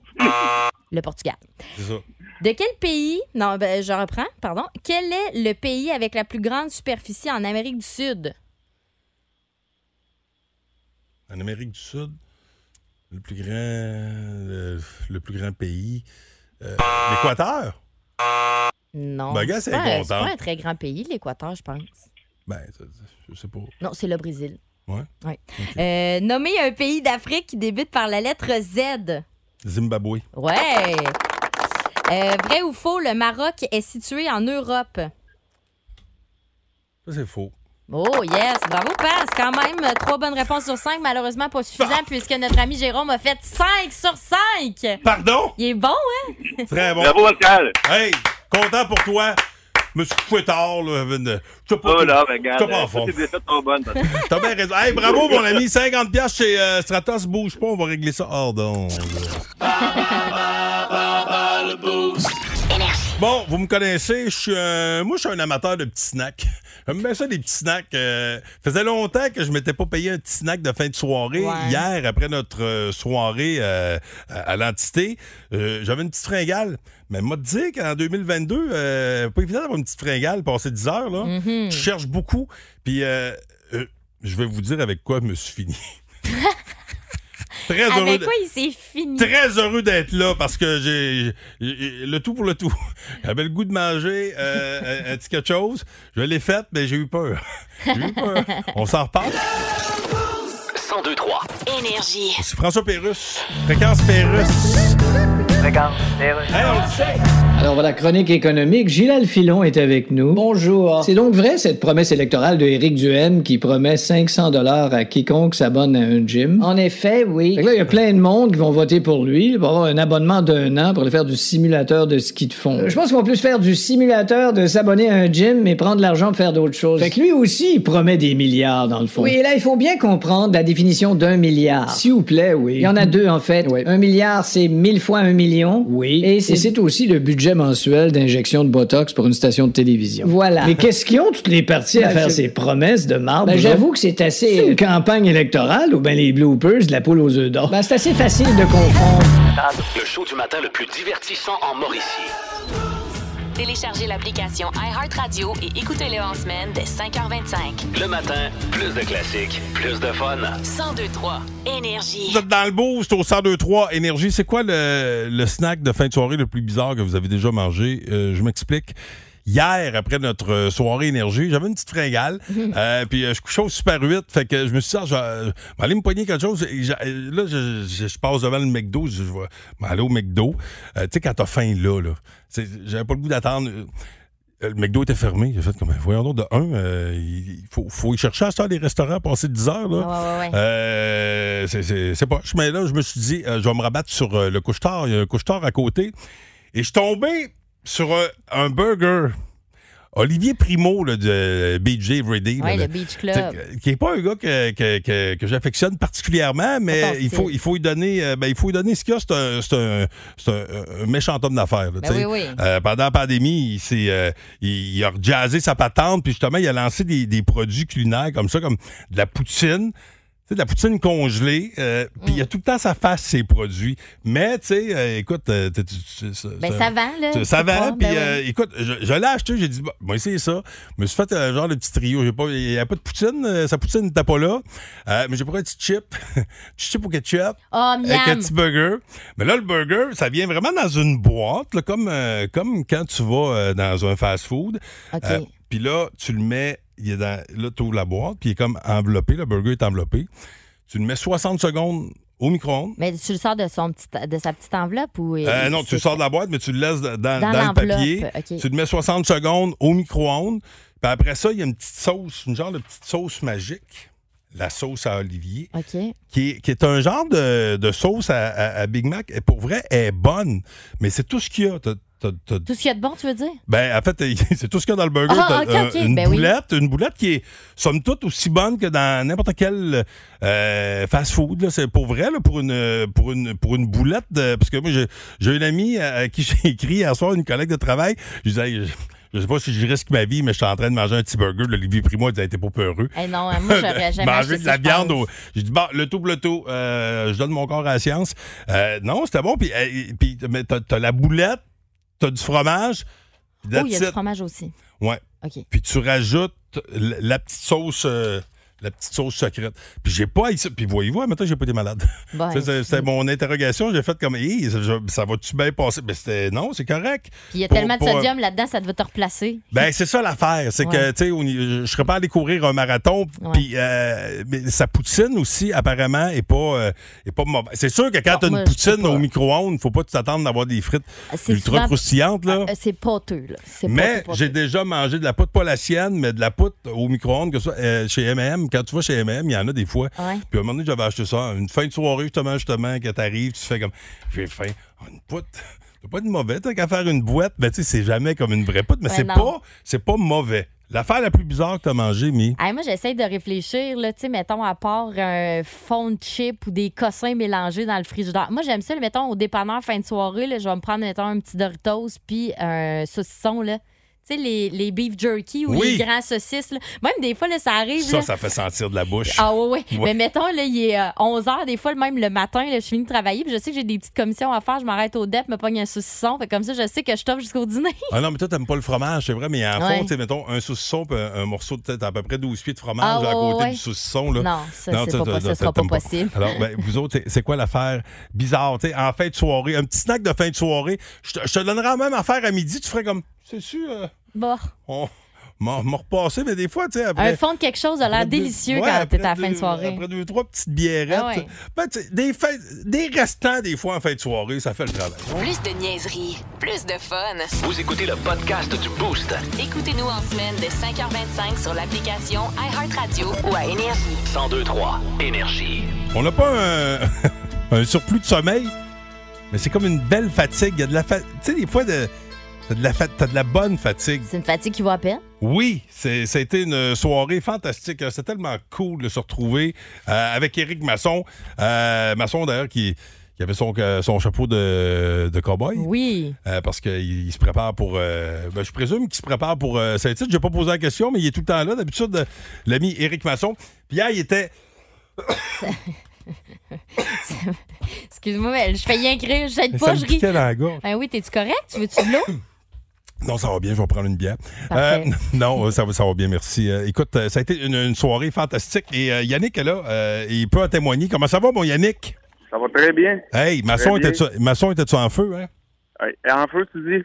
[SPEAKER 6] Le Portugal.
[SPEAKER 7] C'est ça.
[SPEAKER 6] De quel pays? Non, ben, je reprends, pardon. Quel est le pays avec la plus grande superficie en Amérique du Sud?
[SPEAKER 7] En Amérique du Sud, le plus grand, le, le plus grand pays, euh, l'Équateur.
[SPEAKER 6] Non.
[SPEAKER 7] Ben, gars,
[SPEAKER 6] c'est
[SPEAKER 7] c'est
[SPEAKER 6] pas, un- c'est
[SPEAKER 7] content.
[SPEAKER 6] pas un très grand pays, l'Équateur, je pense.
[SPEAKER 7] Ben, ça, ça, je sais pas.
[SPEAKER 6] Non, c'est le Brésil.
[SPEAKER 7] Ouais.
[SPEAKER 6] Ouais. Euh, nommez un pays d'Afrique qui débute par la lettre Z.
[SPEAKER 7] Zimbabwe.
[SPEAKER 6] Ouais. Euh, vrai ou faux, le Maroc est situé en Europe.
[SPEAKER 7] Ça, c'est faux.
[SPEAKER 6] Oh yes, bravo Paz, quand même euh, trois bonnes réponses sur cinq, malheureusement pas
[SPEAKER 7] Ah.
[SPEAKER 6] suffisant puisque notre ami Jérôme a fait 5 sur 5.
[SPEAKER 7] Pardon?
[SPEAKER 6] Il est bon, hein?
[SPEAKER 7] Très bon.
[SPEAKER 10] Bravo, Pascal.
[SPEAKER 7] Hey! Content pour toi. Je me suis couché tard. Là, avec une- je sais pas,
[SPEAKER 10] Oh là,
[SPEAKER 7] je
[SPEAKER 10] ben,
[SPEAKER 7] suis
[SPEAKER 10] regarde,
[SPEAKER 7] pas en
[SPEAKER 10] euh,
[SPEAKER 7] forme.
[SPEAKER 10] toutes les défaites sont bonnes. Patrick.
[SPEAKER 7] T'as bien raison. Hey, bravo, mon ami. 50 piastres chez euh, Stratos. Bouge pas, on va régler ça hors d'onde. Bon, vous me connaissez, je suis un- moi je suis un amateur de petits snacks. J'aime bien ça des petits snacks. Euh, faisait longtemps que je m'étais pas payé un petit snack de fin de soirée.
[SPEAKER 11] Ouais.
[SPEAKER 7] Hier, après notre euh, soirée euh, à, à l'entité, euh, j'avais une petite fringale. Mais m'a dit qu'en 2022, euh, pas évident d'avoir une petite fringale passer 10 heures là. Je cherche beaucoup. Puis euh, euh, je vais vous dire avec quoi je me suis fini. Très heureux.
[SPEAKER 6] Avec
[SPEAKER 7] de-
[SPEAKER 6] quoi il s'est fini?
[SPEAKER 7] Très heureux d'être là parce que j'ai j'ai- le tout pour le tout. J'avais le goût de manger euh, un- un petit quelque chose. Je l'ai fait, mais j'ai eu peur. J'ai eu peur. On s'en reparle.
[SPEAKER 9] 1023
[SPEAKER 1] Énergie.
[SPEAKER 7] C'est François Pérusse. Fréquence Pérusse.
[SPEAKER 4] Fréquence Pérusse.
[SPEAKER 3] Alors voilà, chronique économique, Gilles Alphilon est avec nous. Bonjour. C'est donc vrai cette promesse électorale de Éric Duhem qui promet 500 dollars à quiconque s'abonne à un gym? En effet, oui. là, il y a plein de monde qui vont voter pour lui. Il va avoir un abonnement d'un an pour le faire du simulateur de ski de fond. Euh, Je pense qu'on va plus faire du simulateur de s'abonner à un gym, mais prendre l'argent pour faire d'autres choses. Fait que lui aussi, il promet des milliards dans le fond. Oui, et là, il faut bien comprendre la définition d'un milliard. S'il vous plaît, oui. Il y en a deux, en fait. Un milliard, c'est mille fois un million. Oui. Et c'est, aussi le budget mensuel d'injection de Botox pour une station de télévision. Voilà.
[SPEAKER 5] Mais
[SPEAKER 3] qu'est-ce qu'ils ont toutes les parties
[SPEAKER 5] à faire ces
[SPEAKER 3] promesses de marbre?
[SPEAKER 5] là?
[SPEAKER 3] Ben, j'avoue que c'est assez... euh, C'est une campagne électorale ou bien les bloopers de la poule aux œufs d'or? Ben, c'est assez facile de confondre.
[SPEAKER 9] Le show du matin le plus divertissant en Mauricie.
[SPEAKER 1] Téléchargez l'application iHeartRadio et écoutez-le en semaine dès 5h25.
[SPEAKER 9] Le matin, plus de classiques, plus de fun.
[SPEAKER 1] 1023 Énergie.
[SPEAKER 7] Vous êtes dans le boost au 1023 Énergie. C'est quoi le, le snack de fin de soirée le plus bizarre que vous avez déjà mangé? Euh, je m'explique. Hier, après notre euh, soirée énergie, j'avais une petite fringale. euh, puis euh, je couchais au Super 8. Fait que je me suis dit, ah, je vais- je vais aller me poigner quelque chose. Et j'a- euh, là, je, je- je passe devant le McDo. Je, je vais aller au McDo. Euh, tu sais, quand t'as faim là, là. c'est- J'avais pas le goût d'attendre. Euh, Le McDo était fermé. J'ai fait comme, voyons donc, de un, euh, il il faut, faut y chercher à acheter des restaurants passer 10 heures. Là.
[SPEAKER 6] Ouais, ouais, ouais.
[SPEAKER 7] Euh, c'est- c'est c'est poche. Mais là, je me suis dit, euh, je vais me rabattre sur euh, le couche-tard. Il y a un couche-tard à côté. Et je suis tombé sur euh, un burger. Olivier Primo, là, de Beach Everyday. là,
[SPEAKER 6] Ouais,
[SPEAKER 7] là.
[SPEAKER 6] le Beach Club.
[SPEAKER 7] T'sais, Qui n'est pas un gars que, que- que- que j'affectionne particulièrement, mais il faut, il faut lui donner, euh, ben, il faut lui donner ce qu'il y a. C'est un, c'est un- c'est un- un méchant homme d'affaires. là,
[SPEAKER 11] Ben
[SPEAKER 7] t'sais.
[SPEAKER 11] oui, oui.
[SPEAKER 7] Euh, pendant la pandémie, il, s'est, euh, il, il a jazzé sa patente, puis justement, il a lancé des, des produits culinaires comme ça, comme de la poutine. tu sais, de la poutine congelée, euh, puis il
[SPEAKER 6] Mm.
[SPEAKER 7] y a tout le temps sa face, ses produits. Mais, tu sais, euh, écoute, euh, t'es- tu- tu- ça-
[SPEAKER 6] Ben, ça vend, là,
[SPEAKER 7] ça- Ça
[SPEAKER 6] tu crois,
[SPEAKER 7] vend, puis
[SPEAKER 6] ben
[SPEAKER 7] euh,
[SPEAKER 6] oui.
[SPEAKER 7] écoute, je, je l'ai acheté, j'ai dit, bon, moi, c'est ça. Je me suis fait un genre de petit trio. J'ai pas- Il n'y a pas de poutine, euh, sa poutine n'était pas là. Euh, mais j'ai pris un petit chip, petit chip au ketchup.
[SPEAKER 6] Oh, miam!
[SPEAKER 7] Avec un petit burger. Mais là, le burger, ça vient vraiment dans une boîte, là, comme, euh, comme quand tu vas euh, dans un fast-food.
[SPEAKER 11] OK.
[SPEAKER 7] Euh, puis là, tu le mets, il est dans, là, tu ouvres la boîte, puis il est comme enveloppé, le burger est enveloppé. Tu le mets 60 secondes au micro-ondes.
[SPEAKER 6] Mais tu le sors de, son petit- de sa petite enveloppe ou.
[SPEAKER 7] Euh, non, tu le sors de la boîte, mais tu le laisses dans, dans le
[SPEAKER 6] l'enveloppe,
[SPEAKER 7] papier.
[SPEAKER 6] ok.
[SPEAKER 7] Tu le mets 60 secondes au micro-ondes. Puis après ça, il y a une petite sauce, une genre de petite sauce magique, la sauce à Olivier,
[SPEAKER 6] OK.
[SPEAKER 7] qui est, qui est un genre de, de sauce à, à- à Big Mac. Et pour vrai, elle est bonne, mais c'est tout ce qu'il y a. T'as- t'as- t'as-
[SPEAKER 6] Tout ce qu'il y a de bon, tu veux dire?
[SPEAKER 7] ben, en fait, c'est tout ce qu'il y a dans le burger.
[SPEAKER 6] Ah,
[SPEAKER 7] T'as,
[SPEAKER 6] ok,
[SPEAKER 7] euh,
[SPEAKER 6] ok,
[SPEAKER 7] Une
[SPEAKER 6] ben oui.
[SPEAKER 7] boulette, une boulette qui est, somme toute, aussi bonne que dans n'importe quel euh, fast-food. là. C'est pour vrai, là, pour, une, pour, une, pour une boulette. de- parce que moi, j'ai, j'ai une amie à, à qui j'ai écrit hier soir, une collègue de travail. Je disais, Hey, je, je sais pas si je risque ma vie, mais je suis en train de manger un petit burger. L'Olivier Primo, il disait, t'es pas peureux.
[SPEAKER 6] Eh non, hein, moi, j'aurais jamais
[SPEAKER 7] Manger
[SPEAKER 6] acheté
[SPEAKER 7] de
[SPEAKER 6] ça,
[SPEAKER 7] la
[SPEAKER 6] je
[SPEAKER 7] viande.
[SPEAKER 6] pense.
[SPEAKER 7] au- J'ai dit, bon, le tout, le tout. euh, je donne mon corps à la science. Euh, non, c'était bon. Puis, euh, puis mais t'as, t'as la boulette, t'as du fromage. puis
[SPEAKER 6] Oh,
[SPEAKER 7] that's
[SPEAKER 6] il y a du
[SPEAKER 7] it.
[SPEAKER 6] fromage aussi.
[SPEAKER 7] Ouais.
[SPEAKER 6] OK.
[SPEAKER 7] Puis tu rajoutes l- la petite sauce. euh, la petite sauce secrète. Puis j'ai pas haï ça. Puis voyez-vous, maintenant j'ai pas été malade.
[SPEAKER 11] Bon,
[SPEAKER 7] Ça, c'est- C'était mon interrogation. J'ai fait comme, Hey, ça, je- ça va-tu bien passer? Ben, c'était, non, c'est correct.
[SPEAKER 6] Puis il y a
[SPEAKER 7] Pour-
[SPEAKER 6] tellement de
[SPEAKER 7] pour, euh,
[SPEAKER 6] sodium là-dedans, ça devait te replacer.
[SPEAKER 7] ben, c'est ça l'affaire. C'est que,
[SPEAKER 6] Ouais.
[SPEAKER 7] tu sais, au niveau- je je serais pas allé courir un marathon. Puis, euh, mais sa poutine aussi, apparemment, est pas, euh, est pas mauvaise. C'est sûr que quand
[SPEAKER 6] Non,
[SPEAKER 7] t'as
[SPEAKER 6] Ah, moi,
[SPEAKER 7] une
[SPEAKER 6] je sais Ah,
[SPEAKER 7] poutine au micro-ondes, faut pas t'attendre d'avoir des frites
[SPEAKER 6] C'est
[SPEAKER 7] ultra
[SPEAKER 6] souvent-
[SPEAKER 7] croustillantes, là.
[SPEAKER 6] Euh, C'est pâteux, là. C'est
[SPEAKER 7] Mais
[SPEAKER 6] pâteux, pâteux.
[SPEAKER 7] j'ai déjà mangé de la poutre, pas la sienne, mais de la poutre au micro-ondes, que ce soit euh, chez MM. Quand tu vas chez MM, il y en a des fois.
[SPEAKER 6] Ouais.
[SPEAKER 7] Puis à un moment donné, j'avais acheté ça, une fin de soirée, justement, justement, que t'arrives, tu fais comme, j'ai faim, Ah, une poutre. T'as pas de mauvais. T'as qu'à faire une boîte, ben, tu sais, c'est jamais comme une vraie poudre, mais
[SPEAKER 6] Ouais,
[SPEAKER 7] c'est
[SPEAKER 6] Ben non.
[SPEAKER 7] pas, c'est pas mauvais. L'affaire la plus bizarre que t'as mangée, Mi.
[SPEAKER 6] Ah, moi, j'essaie de réfléchir, là, tu sais, mettons, à part un fond de chips ou des cossins mélangés dans le frigidaire. Moi, j'aime ça, là, mettons, au dépanneur, fin de soirée, là, je vais me prendre, mettons, un petit Doritos puis un saucisson, là. Tu sais, les, les beef jerky ou
[SPEAKER 7] Oui.
[SPEAKER 6] les grands saucisses, là. Même des fois, là, ça arrive,
[SPEAKER 7] Ça,
[SPEAKER 6] là.
[SPEAKER 7] ça fait sentir de la bouche.
[SPEAKER 6] Ah oui, oui.
[SPEAKER 7] Ouais.
[SPEAKER 6] Mais mettons, là, il est 11h, des fois, même le matin, là, je finis de travailler, puis je sais que j'ai des petites commissions à faire, je m'arrête au DEP, me pogne un saucisson, fait comme ça, je sais que je t'offre jusqu'au dîner.
[SPEAKER 7] Ah non, mais toi, t'aimes pas le fromage, c'est vrai, mais en
[SPEAKER 6] Ouais.
[SPEAKER 7] fond, tu sais, mettons, un saucisson, puis un, un morceau de peut-être à peu près 12 pieds de fromage
[SPEAKER 6] Ah,
[SPEAKER 7] à
[SPEAKER 6] ouais,
[SPEAKER 7] côté
[SPEAKER 6] ouais.
[SPEAKER 7] du saucisson. Là.
[SPEAKER 6] Non, ça, c'est
[SPEAKER 7] t'as-
[SPEAKER 6] pas-
[SPEAKER 7] t'as-
[SPEAKER 6] ça sera
[SPEAKER 7] t'as-
[SPEAKER 6] pas
[SPEAKER 7] t'aimes
[SPEAKER 6] possible.
[SPEAKER 7] Alors, ben, vous autres, c'est- c'est quoi l'affaire bizarre? tu sais, en fin de soirée, un petit snack de fin de soirée, je te- je te donnerais la même affaire à midi, tu ferais comme, c'est sûr, euh,
[SPEAKER 6] Bon.
[SPEAKER 7] on m'a m'a repassé, mais des fois, tu sais, après.
[SPEAKER 6] Un fond de quelque chose a l'air
[SPEAKER 7] après deux-
[SPEAKER 6] délicieux
[SPEAKER 7] ouais,
[SPEAKER 6] quand
[SPEAKER 7] après
[SPEAKER 6] t'es à la fin de
[SPEAKER 7] deux-
[SPEAKER 6] soirée.
[SPEAKER 7] Après deux, trois petites bières.
[SPEAKER 6] Ah ouais.
[SPEAKER 7] des, fins- des restants, des fois, en fin de soirée, ça fait le travail.
[SPEAKER 1] Plus de niaiserie, plus de fun.
[SPEAKER 9] Vous écoutez le podcast du Boost.
[SPEAKER 1] Écoutez-nous en semaine de 5h25 sur l'application iHeartRadio ou à Énergie.
[SPEAKER 9] 1023 Énergie.
[SPEAKER 7] On n'a pas un, un surplus de sommeil, mais c'est comme une belle fatigue. Il y a de la fa- Tu sais, des fois, de... t'as de, la fa- t'as de la bonne fatigue.
[SPEAKER 6] C'est une fatigue qui va à peine.
[SPEAKER 7] Oui, c'est- ça a été une soirée fantastique. C'est tellement cool de se retrouver euh, avec Éric Masson. Euh, Masson, d'ailleurs, qui, qui avait son, euh, son chapeau de, de cow-boy. euh,
[SPEAKER 6] Oui.
[SPEAKER 7] parce qu'il il se prépare pour... euh, ben, je présume qu'il se prépare pour euh, Saint-Tite. Je n'ai pas posé la question, mais il est tout le temps là. D'habitude, euh, l'ami Éric Masson. Puis hier, il était...
[SPEAKER 6] Excuse-moi, mais je fais rien crier, je t'aide
[SPEAKER 7] Ça
[SPEAKER 6] pas,
[SPEAKER 7] me
[SPEAKER 6] je ris.
[SPEAKER 7] piquait dans la gorge.
[SPEAKER 6] Ben oui, t'es-tu correct? Tu veux-tu de l'eau?
[SPEAKER 7] Non, ça va bien, je vais prendre une bière.
[SPEAKER 6] Parfait.
[SPEAKER 7] Euh, non, ça va, ça va bien, merci. Euh, écoute, euh, ça a été une, une soirée fantastique et euh, Yannick est là, euh, il peut en témoigner. Comment ça va, mon Yannick?
[SPEAKER 10] Ça va très bien.
[SPEAKER 7] Hey, Masson
[SPEAKER 10] bien.
[SPEAKER 7] était-tu Masson était-tu en feu, hein?
[SPEAKER 10] Ouais. Et en feu, tu dis,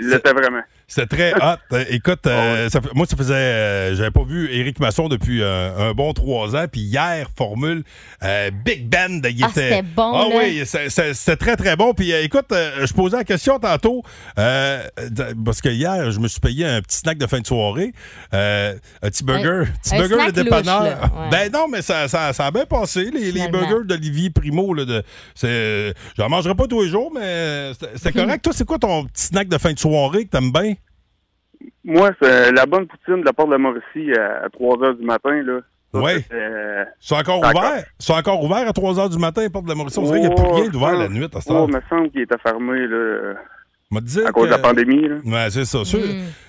[SPEAKER 10] il l'était vraiment.
[SPEAKER 7] C'était très hot. Euh, Écoute, euh, ça fait- moi, ça faisait. euh, J'avais pas vu Éric Masson depuis euh, un bon trois ans. Puis hier, formule euh, Big Band. Il
[SPEAKER 6] Ah,
[SPEAKER 7] était.
[SPEAKER 6] c'était bon,
[SPEAKER 7] Ah
[SPEAKER 6] là.
[SPEAKER 7] oui, c'est- c'est- c'était très, très bon. Puis euh, écoute, euh, je posais la question tantôt. euh, d- parce que hier, je me suis payé un petit snack de fin de soirée. euh, un petit burger.
[SPEAKER 10] Un-
[SPEAKER 7] petit
[SPEAKER 10] un
[SPEAKER 7] burger
[SPEAKER 10] snack
[SPEAKER 7] de
[SPEAKER 10] louche,
[SPEAKER 7] dépanneur.
[SPEAKER 10] là, ouais.
[SPEAKER 7] Ben non, mais ça, ça, ça a bien passé. Les, les
[SPEAKER 10] Finalement.
[SPEAKER 7] burgers d'Olivier Primo. Là, de, c'est- J'en mangerai pas tous les jours, mais c'était c'était correct. Toi, c'est quoi ton petit snack de fin de soirée que t'aimes bien?
[SPEAKER 10] Moi, c'est la bonne poutine de la porte de la Mauricie à à 3 h du matin. Là.
[SPEAKER 7] Oui. Ils
[SPEAKER 10] Euh,
[SPEAKER 7] sont encore
[SPEAKER 10] D'accord.
[SPEAKER 7] ouverts? Ils sont encore ouverts à 3 h du matin, les portes de la Mauricie. On dirait qu'il n'y a plus rien d'ouvert la nuit à cette
[SPEAKER 10] oh,
[SPEAKER 7] heure.
[SPEAKER 10] me semble qu'il était fermé là,
[SPEAKER 7] M'a dit
[SPEAKER 10] à cause de la
[SPEAKER 7] que-
[SPEAKER 10] pandémie. Là.
[SPEAKER 7] Ouais, c'est ça. Ceux,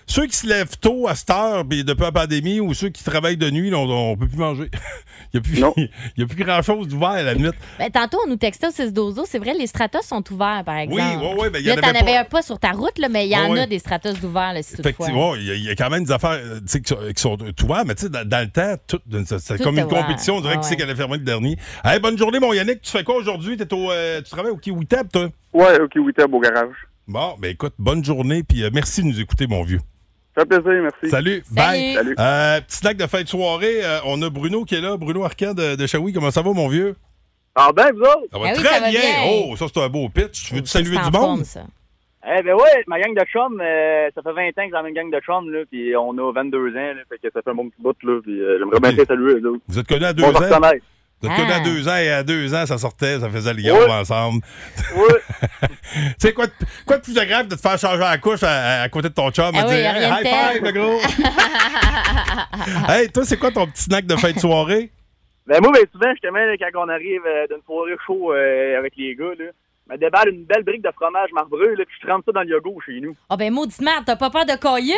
[SPEAKER 7] ceux qui se lèvent tôt à cette heure, puis depuis la pandémie, ou ceux qui travaillent de nuit, là, on ne peut plus manger. Il n'y a, plus- il y a plus grand-chose d'ouvert la nuit.
[SPEAKER 6] Ben, tantôt, on nous textait au 6 12 c'est vrai, les stratos sont ouverts, par exemple.
[SPEAKER 7] oui, oui, ben, il y en
[SPEAKER 6] Là,
[SPEAKER 7] avait
[SPEAKER 6] t'en
[SPEAKER 7] pas.
[SPEAKER 6] avais un pas sur ta route, là, mais il y en
[SPEAKER 7] Ouais,
[SPEAKER 6] a
[SPEAKER 7] ouais.
[SPEAKER 6] des stratos d'ouverts, là, si toutefois.
[SPEAKER 7] Effectivement, il y a- il y, a quand même des affaires euh, tu sais, qui sont, qui sont ouvertes, mais tu sais, dans, dans le temps, tout- c'est- c'est
[SPEAKER 6] Tout
[SPEAKER 7] comme
[SPEAKER 6] est
[SPEAKER 7] une
[SPEAKER 6] ouvert.
[SPEAKER 7] compétition. On dirait
[SPEAKER 6] Ah
[SPEAKER 7] que
[SPEAKER 6] ouais.
[SPEAKER 7] c'est qu'elle est fermée le dernier. Hey, bonne journée, mon Yannick. Tu fais quoi aujourd'hui? T'es au, euh, tu travailles au Kiwi Tab, toi?
[SPEAKER 10] Ouais, au Kiwi Tab, au garage.
[SPEAKER 7] Bon, ben écoute, bonne journée, puis euh, merci de nous écouter, mon vieux.
[SPEAKER 10] Ça fait plaisir, merci.
[SPEAKER 7] Salut, bye.
[SPEAKER 10] Salut.
[SPEAKER 7] Euh, petit snack de fin de soirée. euh, on a Bruno qui est là. Bruno Arcand de, de Shawi. Comment ça va, mon vieux?
[SPEAKER 11] Ah ben, vous autres?
[SPEAKER 7] Ça va
[SPEAKER 11] Ah oui,
[SPEAKER 7] très
[SPEAKER 11] ça va
[SPEAKER 7] bien.
[SPEAKER 11] bien.
[SPEAKER 7] Oh, ça, c'est un beau pitch.
[SPEAKER 6] Oh,
[SPEAKER 7] Tu veux te saluer
[SPEAKER 11] c'est
[SPEAKER 7] du
[SPEAKER 11] en
[SPEAKER 7] monde?
[SPEAKER 11] forme, ça. Eh ben ouais, ma gang de chums, euh, ça fait 20 ans que j'ai la même gang de chums, là, puis on a 22 ans, là, fait que ça fait un bon petit bout, là, puis euh, j'aimerais bien
[SPEAKER 7] Ok.
[SPEAKER 11] les saluer, là.
[SPEAKER 7] Vous êtes connus à deux
[SPEAKER 11] Bon
[SPEAKER 7] ans?
[SPEAKER 11] partenaire.
[SPEAKER 7] Vous êtes connus à
[SPEAKER 11] Ah.
[SPEAKER 7] deux ans et à deux ans, ça sortait, ça faisait le garde ensemble. Oui. tu sais, quoi, de- quoi de plus agréable de te faire changer la couche à, à côté de ton chum
[SPEAKER 6] Ah
[SPEAKER 7] et
[SPEAKER 6] oui, y
[SPEAKER 7] dire
[SPEAKER 6] a rien
[SPEAKER 7] hey,
[SPEAKER 6] de
[SPEAKER 7] high
[SPEAKER 6] tel.
[SPEAKER 7] five, le gros. hey, toi, c'est quoi ton petit snack de fin de soirée?
[SPEAKER 11] Ben moi, ben souvent, justement, là, quand on arrive euh, d'une soirée chaud euh, avec les gars, là, je me déballe une belle brique de fromage marbreux, là, puis je trempe ça dans le yogourt chez nous.
[SPEAKER 6] Ah, ben, maudite merde, t'as pas peur de cailler?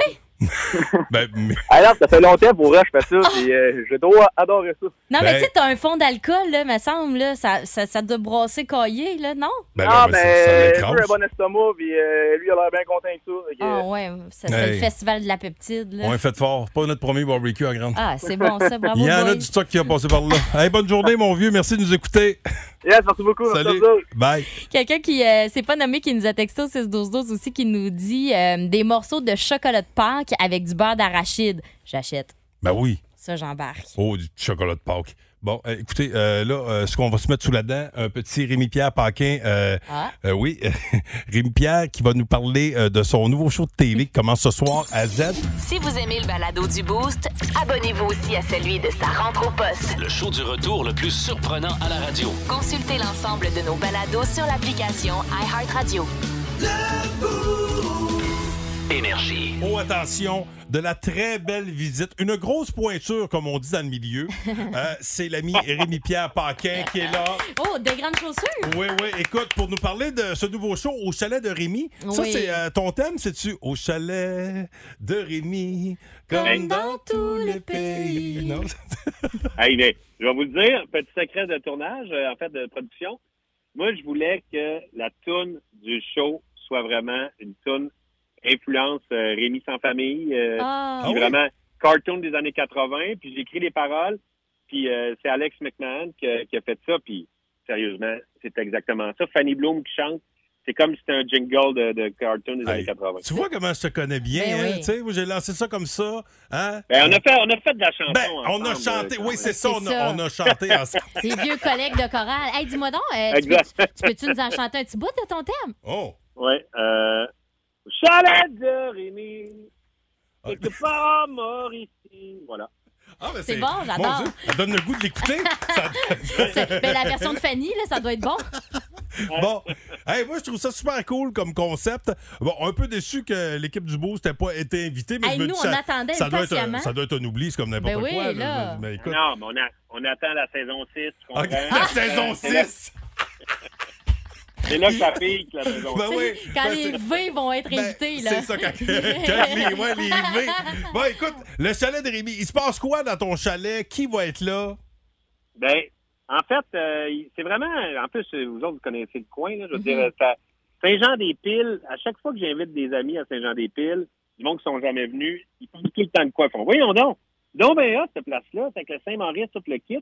[SPEAKER 7] ben, mais-
[SPEAKER 11] Alors, ça fait longtemps pour vrai, je fais ça, puis euh, je dois adorer ça.
[SPEAKER 6] Non, mais
[SPEAKER 11] Ben-
[SPEAKER 6] tu sais, t'as un fond d'alcool, là, me semble, là. Ça, ça, ça doit brasser cailler, là, non?
[SPEAKER 7] Ben
[SPEAKER 11] ah,
[SPEAKER 7] non,
[SPEAKER 11] ben,
[SPEAKER 7] mais ça- ça
[SPEAKER 11] euh,
[SPEAKER 7] l'écrase.
[SPEAKER 11] lui, a un bon estomac, puis euh, lui, il a l'air bien content de ça. fait que-
[SPEAKER 6] Ah, ouais, ça serait
[SPEAKER 7] Hey.
[SPEAKER 6] le festival de la peptide, là.
[SPEAKER 7] On est fait fort. Pas notre premier barbecue à grande.
[SPEAKER 6] Ah, c'est bon, ça, bravo,
[SPEAKER 7] Il y en a
[SPEAKER 6] boys.
[SPEAKER 7] du stock qui a passé par là. Hey, bonne journée, mon vieux. Merci de nous écouter.
[SPEAKER 11] Yes, merci beaucoup.
[SPEAKER 7] Salut. Bye.
[SPEAKER 6] Quelqu'un qui euh, s'est pas nommé, qui nous a texté au 6 12 12 aussi, qui nous dit euh, des morceaux de chocolat de Pâques avec du beurre d'arachide. J'achète.
[SPEAKER 7] Ben oui.
[SPEAKER 6] Ça, j'embarque.
[SPEAKER 7] Oh, du chocolat de Pâques. Bon, euh, écoutez, euh, là, euh, ce qu'on va se mettre sous la dent, un petit Rémi-Pierre Paquin. euh,
[SPEAKER 6] Ah.
[SPEAKER 7] euh, oui, Rémi-Pierre qui va nous parler euh, de son nouveau show de TV qui commence ce soir à Z.
[SPEAKER 1] Si vous aimez le balado du Boost, abonnez-vous aussi à celui de sa rentre au poste.
[SPEAKER 9] Le show du retour le plus surprenant à la radio.
[SPEAKER 1] Consultez l'ensemble de nos balados sur l'application iHeartRadio.
[SPEAKER 9] Énergie.
[SPEAKER 7] Oh, attention, de la très belle visite. Une grosse pointure, comme on dit dans le milieu. Euh, c'est l'ami Rémi-Pierre Paquin qui est là.
[SPEAKER 6] Oh, des grandes chaussures.
[SPEAKER 7] Oui, oui, écoute, pour nous parler de ce nouveau show au chalet de Rémi, ça,
[SPEAKER 6] Oui.
[SPEAKER 7] c'est euh, ton thème, c'est-tu au chalet de Rémi, comme, dans tous les pays? Non?
[SPEAKER 10] Hey, mais, je vais vous le dire, petit secret de tournage, euh, en fait, de production. Moi, je voulais que la toune du show soit vraiment une toune influence euh, Rémi sans famille, euh,
[SPEAKER 12] Ah.
[SPEAKER 10] puis
[SPEAKER 12] Ah oui?
[SPEAKER 10] vraiment cartoon des années 80. Puis j'écris les paroles, puis euh, c'est Alex McMahon qui, a- qui a fait ça. Puis sérieusement, c'est exactement ça. Fanny Bloom qui chante, c'est comme si c'était un jingle de, de cartoon des années 80.
[SPEAKER 7] Tu vois comment je te connais bien,
[SPEAKER 10] Ben
[SPEAKER 7] hein?
[SPEAKER 10] oui.
[SPEAKER 7] Tu sais, moi, j'ai lancé ça comme ça. Hein?
[SPEAKER 10] Ben, on, a fait, on a fait de la chanson.
[SPEAKER 7] Ben, on
[SPEAKER 10] ensemble,
[SPEAKER 7] a chanté,
[SPEAKER 10] euh,
[SPEAKER 7] oui, c'est ça,
[SPEAKER 6] C'est
[SPEAKER 7] on a,
[SPEAKER 6] ça.
[SPEAKER 7] on a chanté ensemble.
[SPEAKER 6] Tes vieux collègues de chorale. Hey, dis-moi donc, euh, tu
[SPEAKER 10] Exact.
[SPEAKER 6] peux- tu peux-tu nous en chanter un petit bout de ton thème?
[SPEAKER 7] Oh!
[SPEAKER 10] Ouais, euh. Chalet de Rémi, quelque part mort ici. Voilà.
[SPEAKER 7] Ah, ben
[SPEAKER 6] C'est bon, j'adore.
[SPEAKER 7] Mon Dieu, ça donne le goût de l'écouter. Ça-
[SPEAKER 6] C'est- ben, la version de Fanny, là, ça doit être bon.
[SPEAKER 7] Bon, hey, moi je trouve ça super cool comme concept. Bon, un peu déçu que l'équipe du Boost n'ait pas été invitée, mais
[SPEAKER 6] Hey,
[SPEAKER 7] je me
[SPEAKER 6] nous,
[SPEAKER 7] dis,
[SPEAKER 6] on
[SPEAKER 7] ça,
[SPEAKER 6] attendait
[SPEAKER 7] ça doit être un,
[SPEAKER 6] impatiemment.
[SPEAKER 7] ça doit être un oubli, c'est comme n'importe
[SPEAKER 6] Ben oui,
[SPEAKER 7] quoi.
[SPEAKER 6] là.
[SPEAKER 7] Mais écoute,
[SPEAKER 10] Non, mais on, a- on attend la saison 6. tu comprends?
[SPEAKER 7] Ok, la saison
[SPEAKER 10] Euh, c'est là-
[SPEAKER 7] 6.
[SPEAKER 10] C'est là que ça pique, la saison
[SPEAKER 7] Ben
[SPEAKER 10] 6.
[SPEAKER 7] oui.
[SPEAKER 6] Quand
[SPEAKER 7] Ben,
[SPEAKER 6] les
[SPEAKER 7] c'est-
[SPEAKER 6] V vont être invités, là.
[SPEAKER 7] c'est ça, quand, quand les, ouais, les V. Bon, écoute, le chalet de Rémi, il se passe quoi dans ton chalet? Qui va être là?
[SPEAKER 10] Ben, en fait, euh, il- c'est vraiment. En plus, euh, vous autres, vous connaissez le coin, là, je veux
[SPEAKER 7] Mhm.
[SPEAKER 10] dire, euh, ça- Saint-Jean-des-Piles, à chaque fois que j'invite des amis à Saint-Jean-des-Piles, du monde qui sont jamais venus, ils font tout le temps de quoi? Ils font, voyons donc, donc ben là, cette place-là, c'est avec le Saint-Maurice, tout le kit.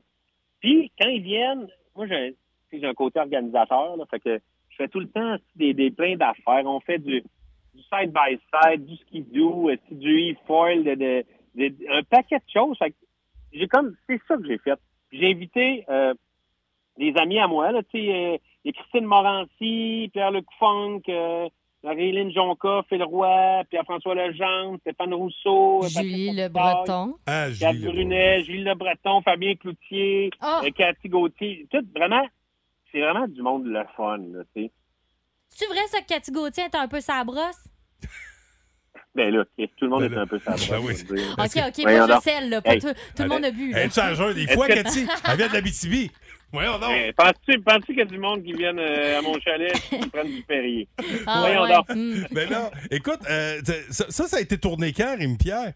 [SPEAKER 10] Puis, quand ils viennent, moi, j'ai un, tu sais, j'ai un côté organisateur, là, fait que je fais tout le temps des, des plein d'affaires. On fait du du side-by-side, du skidoo, euh, du e-foil, de, de- de- un paquet de choses. Fait que j'ai comme, c'est ça que j'ai fait. Puis J'ai invité euh, des amis à moi, là, tu sais, euh, il y a Christine Morancy, Pierre-Luc Funk, euh, Marie-Hélène Jonca, Phil Roy, Pierre-François Legendre, Stéphane Rousseau, euh,
[SPEAKER 6] Julie Le
[SPEAKER 10] Patrick
[SPEAKER 6] Breton.
[SPEAKER 7] Ah,
[SPEAKER 10] Pierre Brunet, Julie Le Breton, Fabien Cloutier,
[SPEAKER 6] Ah!
[SPEAKER 10] euh, Cathy Gauthier. Tout, vraiment, c'est vraiment du monde de la fun, là, tu sais.
[SPEAKER 6] C'est vrai, ça, que Cathy Gauthier est un peu sa brosse?
[SPEAKER 10] Ben là, Chris, tout le monde est un peu hein, sa
[SPEAKER 7] Ben oui.
[SPEAKER 6] Ok, ok, moi, je sais, là. pas
[SPEAKER 10] Hey.
[SPEAKER 6] tout tout le monde a bu. là.
[SPEAKER 7] Es-tu à jeun des fois, Cathy? Elle vient de la BTB. Voyons donc.
[SPEAKER 10] Eh, Penses-tu penses-tu qu'il y a du monde qui vient euh, à mon chalet qui prennent du Perrier?
[SPEAKER 6] Ah,
[SPEAKER 10] Voyons
[SPEAKER 6] ouais.
[SPEAKER 10] donc.
[SPEAKER 7] Ben là, écoute, euh, t'as- ça, ça, ça a été tourné quand, Rémi-Pierre?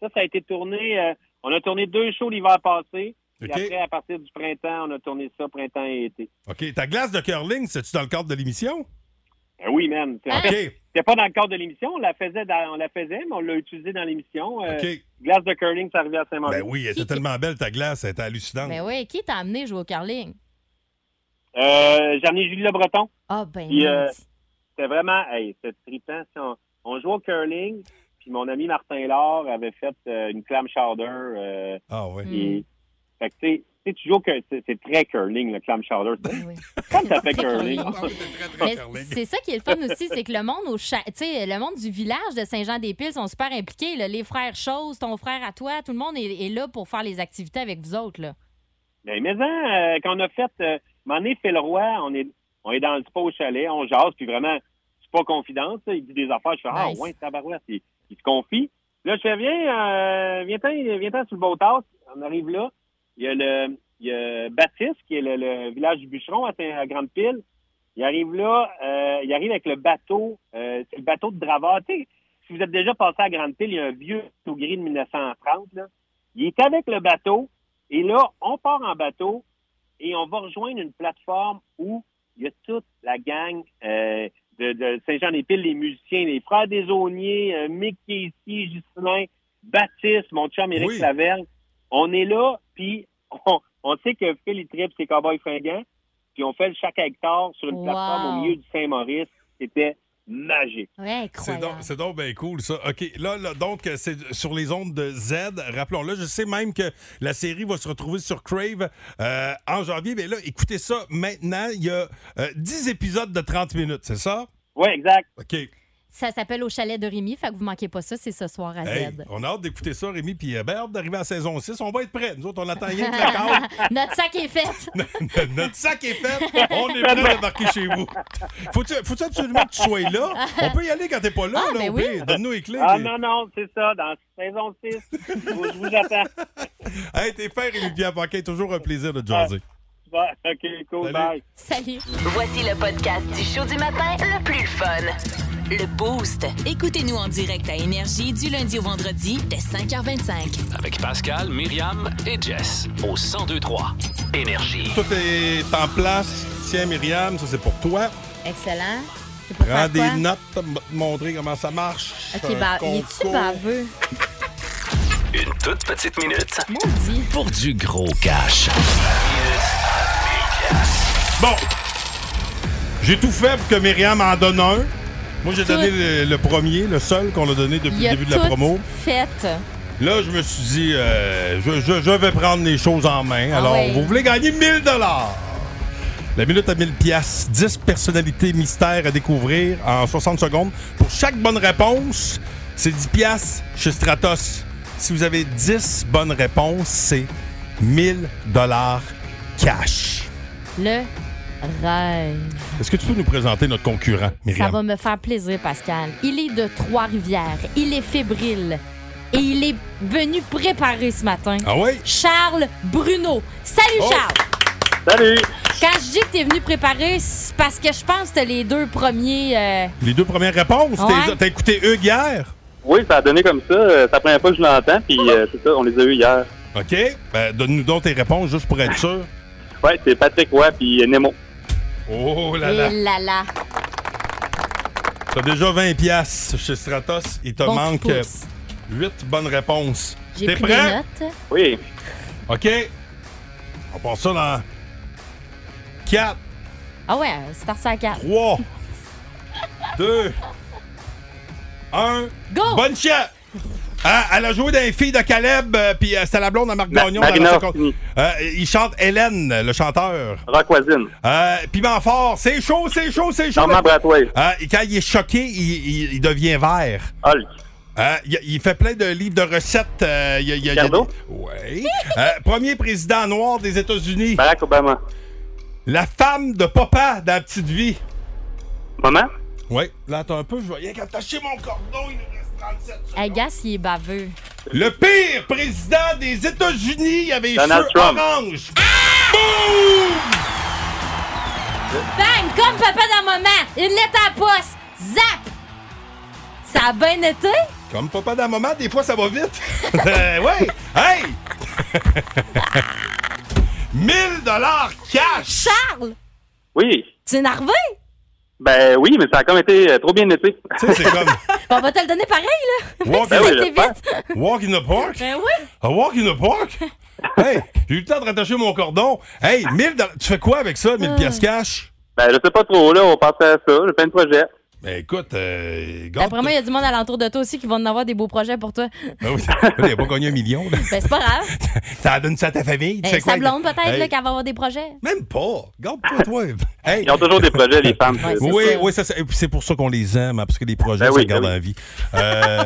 [SPEAKER 10] Ça, ça a été tourné. euh, on a tourné deux shows l'hiver passé.
[SPEAKER 7] OK.
[SPEAKER 10] Puis après, à partir du printemps, on a tourné ça printemps et été.
[SPEAKER 7] OK, ta glace de curling, c'est-tu dans le cadre de l'émission?
[SPEAKER 10] Ben oui, man. C'est- en
[SPEAKER 7] OK.
[SPEAKER 10] fait, C'était pas dans le cadre de l'émission. On la faisait, dans- on la faisait, mais on l'a utilisée dans l'émission. euh,
[SPEAKER 7] OK.
[SPEAKER 10] Glace de curling, ça arrivait à Saint-Maurice.
[SPEAKER 7] Ben oui, elle était tellement belle, ta glace, elle était hallucinante.
[SPEAKER 6] Ben oui, qui t'a amené jouer au curling?
[SPEAKER 10] Euh, J'ai amené Julie Le Breton.
[SPEAKER 6] Ah, ben.
[SPEAKER 10] Puis, euh, c'était vraiment, hey, c'était trippant. Si on, on jouait au curling, puis mon ami Martin Laure avait fait euh, une clam chowder. euh,
[SPEAKER 7] Ah ouais.
[SPEAKER 10] et- Fait que, tu sais, tu sais, tu joues au cur- c'est c'est très curling, le clam chowder.
[SPEAKER 6] Ah
[SPEAKER 10] Comme ça fait curling.
[SPEAKER 6] Mais c'est ça qui est le fun aussi, c'est que le monde au cha- tu sais, le monde du village de Saint-Jean-des-Piles sont super impliqués. là. Les frères Chose, ton frère à toi, tout le monde est, est là pour faire les activités avec vous autres. Là.
[SPEAKER 10] Ben, mais hein, euh, quand on a fait, euh, m'en est fait le roi, on est, on est dans le spa au chalet, on jase, puis vraiment, c'est pas confidence, là, il dit des affaires, je fais,
[SPEAKER 12] Nice.
[SPEAKER 10] ah ouais, tabarouette, il, il se confie. Là, je fais, viens, euh, viens-t'en, viens-t'en sur le beau tas, on arrive là, il y a le, il y a Baptiste, qui est le, le village du bûcheron à, Saint- à Grande-Pile, il arrive là, euh, il arrive avec le bateau, euh, c'est le bateau de Dravard, tu sais, si vous êtes déjà passé à Grande-Pile, il y a un vieux tout gris de 1930, là. Il est avec le bateau, et là, on part en bateau et on va rejoindre une plateforme où il y a toute la gang euh, de, de Saint-Jean-des-Piles, les musiciens, les frères des Auniers, euh, Mick Casey, Juscelin, Baptiste, mon chum Éric
[SPEAKER 12] Oui.
[SPEAKER 10] Clavel. On est là, puis on, on sait que Phil et Trip, c'est Cowboy Fringant, puis on fait le chaque hectare sur une
[SPEAKER 6] Wow.
[SPEAKER 10] plateforme au milieu du Saint-Maurice. C'était magique.
[SPEAKER 6] Ouais,
[SPEAKER 7] C'est donc,
[SPEAKER 6] incroyable.
[SPEAKER 7] c'est donc bien cool, ça. OK, là, là, donc, euh, c'est sur les ondes de Z. Rappelons-le, je sais même que la série va se retrouver sur Crave euh, en janvier. Mais là, écoutez ça maintenant. Il y a euh, 10 épisodes de 30 minutes, c'est ça?
[SPEAKER 10] Oui, exact.
[SPEAKER 7] OK.
[SPEAKER 6] Ça s'appelle Au chalet de Rémi, fait que vous manquez pas ça, c'est ce soir à Z.
[SPEAKER 7] Hey, on a hâte d'écouter ça, Rémi, puis euh, ben, hâte d'arriver à saison 6. On va être prêts. Nous autres, on attend rien que la carte.
[SPEAKER 6] Notre sac est fait.
[SPEAKER 7] Notre sac est fait. On est prêts à embarquer chez vous. Faut-tu faut-tu absolument que tu sois là? On peut y aller quand t'es pas
[SPEAKER 6] Ah,
[SPEAKER 7] là,
[SPEAKER 6] ben
[SPEAKER 7] là, au pire. Donne-nous les clés.
[SPEAKER 10] Ah
[SPEAKER 7] puis-
[SPEAKER 10] non, non, c'est ça. Dans saison 6, je vous- je vous attends.
[SPEAKER 7] Hey, t'es fair, Rémi Pierre Paquin. Toujours un plaisir de
[SPEAKER 10] Ah.
[SPEAKER 7] jaser.
[SPEAKER 10] Bon, OK, cool, bye.
[SPEAKER 6] Salut.
[SPEAKER 1] Voici le podcast du show du matin le plus fun. Le Boost. Écoutez-nous en direct à Énergie du lundi au vendredi dès 5h25.
[SPEAKER 9] Avec Pascal, Myriam et Jess au 1023 Énergie.
[SPEAKER 7] Tout est en place. Tiens, Myriam, ça c'est pour toi.
[SPEAKER 6] Excellent. C'est pour
[SPEAKER 7] Prends
[SPEAKER 6] faire quoi?
[SPEAKER 7] des notes, on va te montrer comment ça marche.
[SPEAKER 6] OK,
[SPEAKER 7] Un
[SPEAKER 6] bah, il est-tu
[SPEAKER 7] concours.
[SPEAKER 6] baveux?
[SPEAKER 9] Une toute petite minute.
[SPEAKER 6] Maudit.
[SPEAKER 9] Pour du gros cash.
[SPEAKER 7] Bon, j'ai tout fait pour que Myriam en donne un. Moi, j'ai
[SPEAKER 6] Tout.
[SPEAKER 7] donné le, le premier, le seul qu'on a donné depuis
[SPEAKER 6] Il
[SPEAKER 7] le
[SPEAKER 6] a
[SPEAKER 7] début de la
[SPEAKER 6] tout
[SPEAKER 7] promo.
[SPEAKER 6] fait.
[SPEAKER 7] Là, je me suis dit, euh, je, je- je vais prendre les choses en main. Alors,
[SPEAKER 6] Ah ouais.
[SPEAKER 7] vous voulez gagner 1000 dollars La minute à 1000 pièces, 10 personnalités mystères à découvrir en 60 secondes. Pour chaque bonne réponse, c'est 10 pièces chez Stratos. Si vous avez 10 bonnes réponses, c'est 1000 dollars cash.
[SPEAKER 6] Le rêve.
[SPEAKER 7] Est-ce que tu peux nous présenter notre concurrent,
[SPEAKER 6] Ça
[SPEAKER 7] Myriam?
[SPEAKER 6] va me faire plaisir, Pascal. Il est de Trois-Rivières. Il est fébrile. Et il est venu préparer ce matin.
[SPEAKER 7] Ah oui?
[SPEAKER 6] Charles Bruno. Salut,
[SPEAKER 7] Oh.
[SPEAKER 6] Charles!
[SPEAKER 10] Salut!
[SPEAKER 6] Quand je dis que t'es venu préparer, c'est parce que je pense que t'as les deux premiers... euh,
[SPEAKER 7] Les deux premières réponses, t'es-
[SPEAKER 6] Ouais.
[SPEAKER 7] t'as écouté Hugues hier?
[SPEAKER 10] Oui, ça a donné comme ça. Euh, C'est la première fois que je l'entends, puis euh, c'est ça, on les a eu hier.
[SPEAKER 7] OK? Ben, donne-nous donc tes réponses juste pour être sûr.
[SPEAKER 10] Ouais, c'est Patrick Roy puis euh, Nemo.
[SPEAKER 7] Oh là là!
[SPEAKER 6] Et là là.
[SPEAKER 7] T'as déjà 20 pièces chez Stratos. Il te
[SPEAKER 6] Bon
[SPEAKER 7] manque
[SPEAKER 6] petit pouce.
[SPEAKER 7] 8 bonnes réponses.
[SPEAKER 6] J'ai
[SPEAKER 7] T'es
[SPEAKER 6] pris des
[SPEAKER 7] prêt?
[SPEAKER 6] notes.
[SPEAKER 10] Oui.
[SPEAKER 7] OK. On passe ça dans 4,
[SPEAKER 6] Ah ouais, euh, Star 4.
[SPEAKER 7] 3, 2, 1.
[SPEAKER 6] Go!
[SPEAKER 7] Bonne chance! Ah, elle a joué dans les filles de Caleb, euh, puis euh, c'était la blonde à Marc
[SPEAKER 10] Ma-
[SPEAKER 7] Gagnon.
[SPEAKER 10] Marina
[SPEAKER 7] dans la seconde.
[SPEAKER 10] Orsini.
[SPEAKER 7] Euh, il chante Hélène, le chanteur.
[SPEAKER 10] Rockvoisine.
[SPEAKER 7] Euh, Piment fort, c'est chaud, c'est chaud, c'est chaud.
[SPEAKER 10] Normand Brathwaite.
[SPEAKER 7] Euh, et quand il est choqué, il, il- il devient vert.
[SPEAKER 10] Hulk.
[SPEAKER 7] Euh, il, il fait plein de livres de recettes. euh, il y a- il y a- il y a-
[SPEAKER 10] Ricardo?
[SPEAKER 7] Ouais. Euh, premier président noir des États-Unis.
[SPEAKER 10] Barack Obama.
[SPEAKER 7] La femme de papa dans la petite vie.
[SPEAKER 10] Maman?
[SPEAKER 7] Oui. Là, attends un peu, je voyais qu'attacher mon cordon, il nous reste 37
[SPEAKER 6] Agas, il est baveux.
[SPEAKER 7] Le pire président des États-Unis il avait les
[SPEAKER 10] Donald
[SPEAKER 7] cheveux
[SPEAKER 10] Trump.
[SPEAKER 7] orange. Boum!
[SPEAKER 6] Bang! Comme papa dans maman! Une lettre à la poste! Zap! Ça a bien été?
[SPEAKER 7] Comme papa d'un moment, des fois ça va vite. Euh, ouais. Hey! 1000 dollars cash.
[SPEAKER 6] Charles!
[SPEAKER 10] Oui.
[SPEAKER 6] Tu es énervé?
[SPEAKER 10] Ben oui, mais ça a comme été euh, trop bien été.
[SPEAKER 7] Tu sais, c'est comme
[SPEAKER 6] On va te le donner pareil,
[SPEAKER 10] Ben
[SPEAKER 6] là!
[SPEAKER 7] walk,
[SPEAKER 6] Ça a été
[SPEAKER 7] in,
[SPEAKER 6] vite!
[SPEAKER 7] walk in the park.
[SPEAKER 6] Ben oui!
[SPEAKER 7] A walk in the park? Hey, j'ai eu le temps de rattacher mon cordon. Hey, 1000 dollars. Tu fais quoi avec ça, 1000
[SPEAKER 6] Euh.
[SPEAKER 7] piastres cash?
[SPEAKER 10] Ben je sais pas trop, là, on passe à ça, le plein de projets.
[SPEAKER 7] Ben écoute, euh, garde-
[SPEAKER 6] D'après moi, il y a du monde alentour de toi aussi qui vont en avoir des beaux projets pour toi.
[SPEAKER 7] Ben oui, t'as pas gagné un million. là.
[SPEAKER 6] Ben, c'est pas grave.
[SPEAKER 7] Ça en donne ça à ta famille.
[SPEAKER 6] Eh,
[SPEAKER 7] Tu fais quoi?
[SPEAKER 6] sa
[SPEAKER 7] avec-
[SPEAKER 6] blonde, peut-être,
[SPEAKER 7] Hey,
[SPEAKER 6] là, qu'elle va avoir des projets.
[SPEAKER 7] Même pas. Garde-toi, toi. Hey.
[SPEAKER 10] Ils ont toujours des projets, les femmes.
[SPEAKER 6] Ouais, c'est
[SPEAKER 7] Oui,
[SPEAKER 6] ça.
[SPEAKER 7] oui, ça, c'est- et puis c'est pour ça qu'on les aime, hein, parce que les projets,
[SPEAKER 10] Ben
[SPEAKER 7] ça
[SPEAKER 10] oui,
[SPEAKER 7] garde
[SPEAKER 10] ben oui.
[SPEAKER 7] en vie. Euh,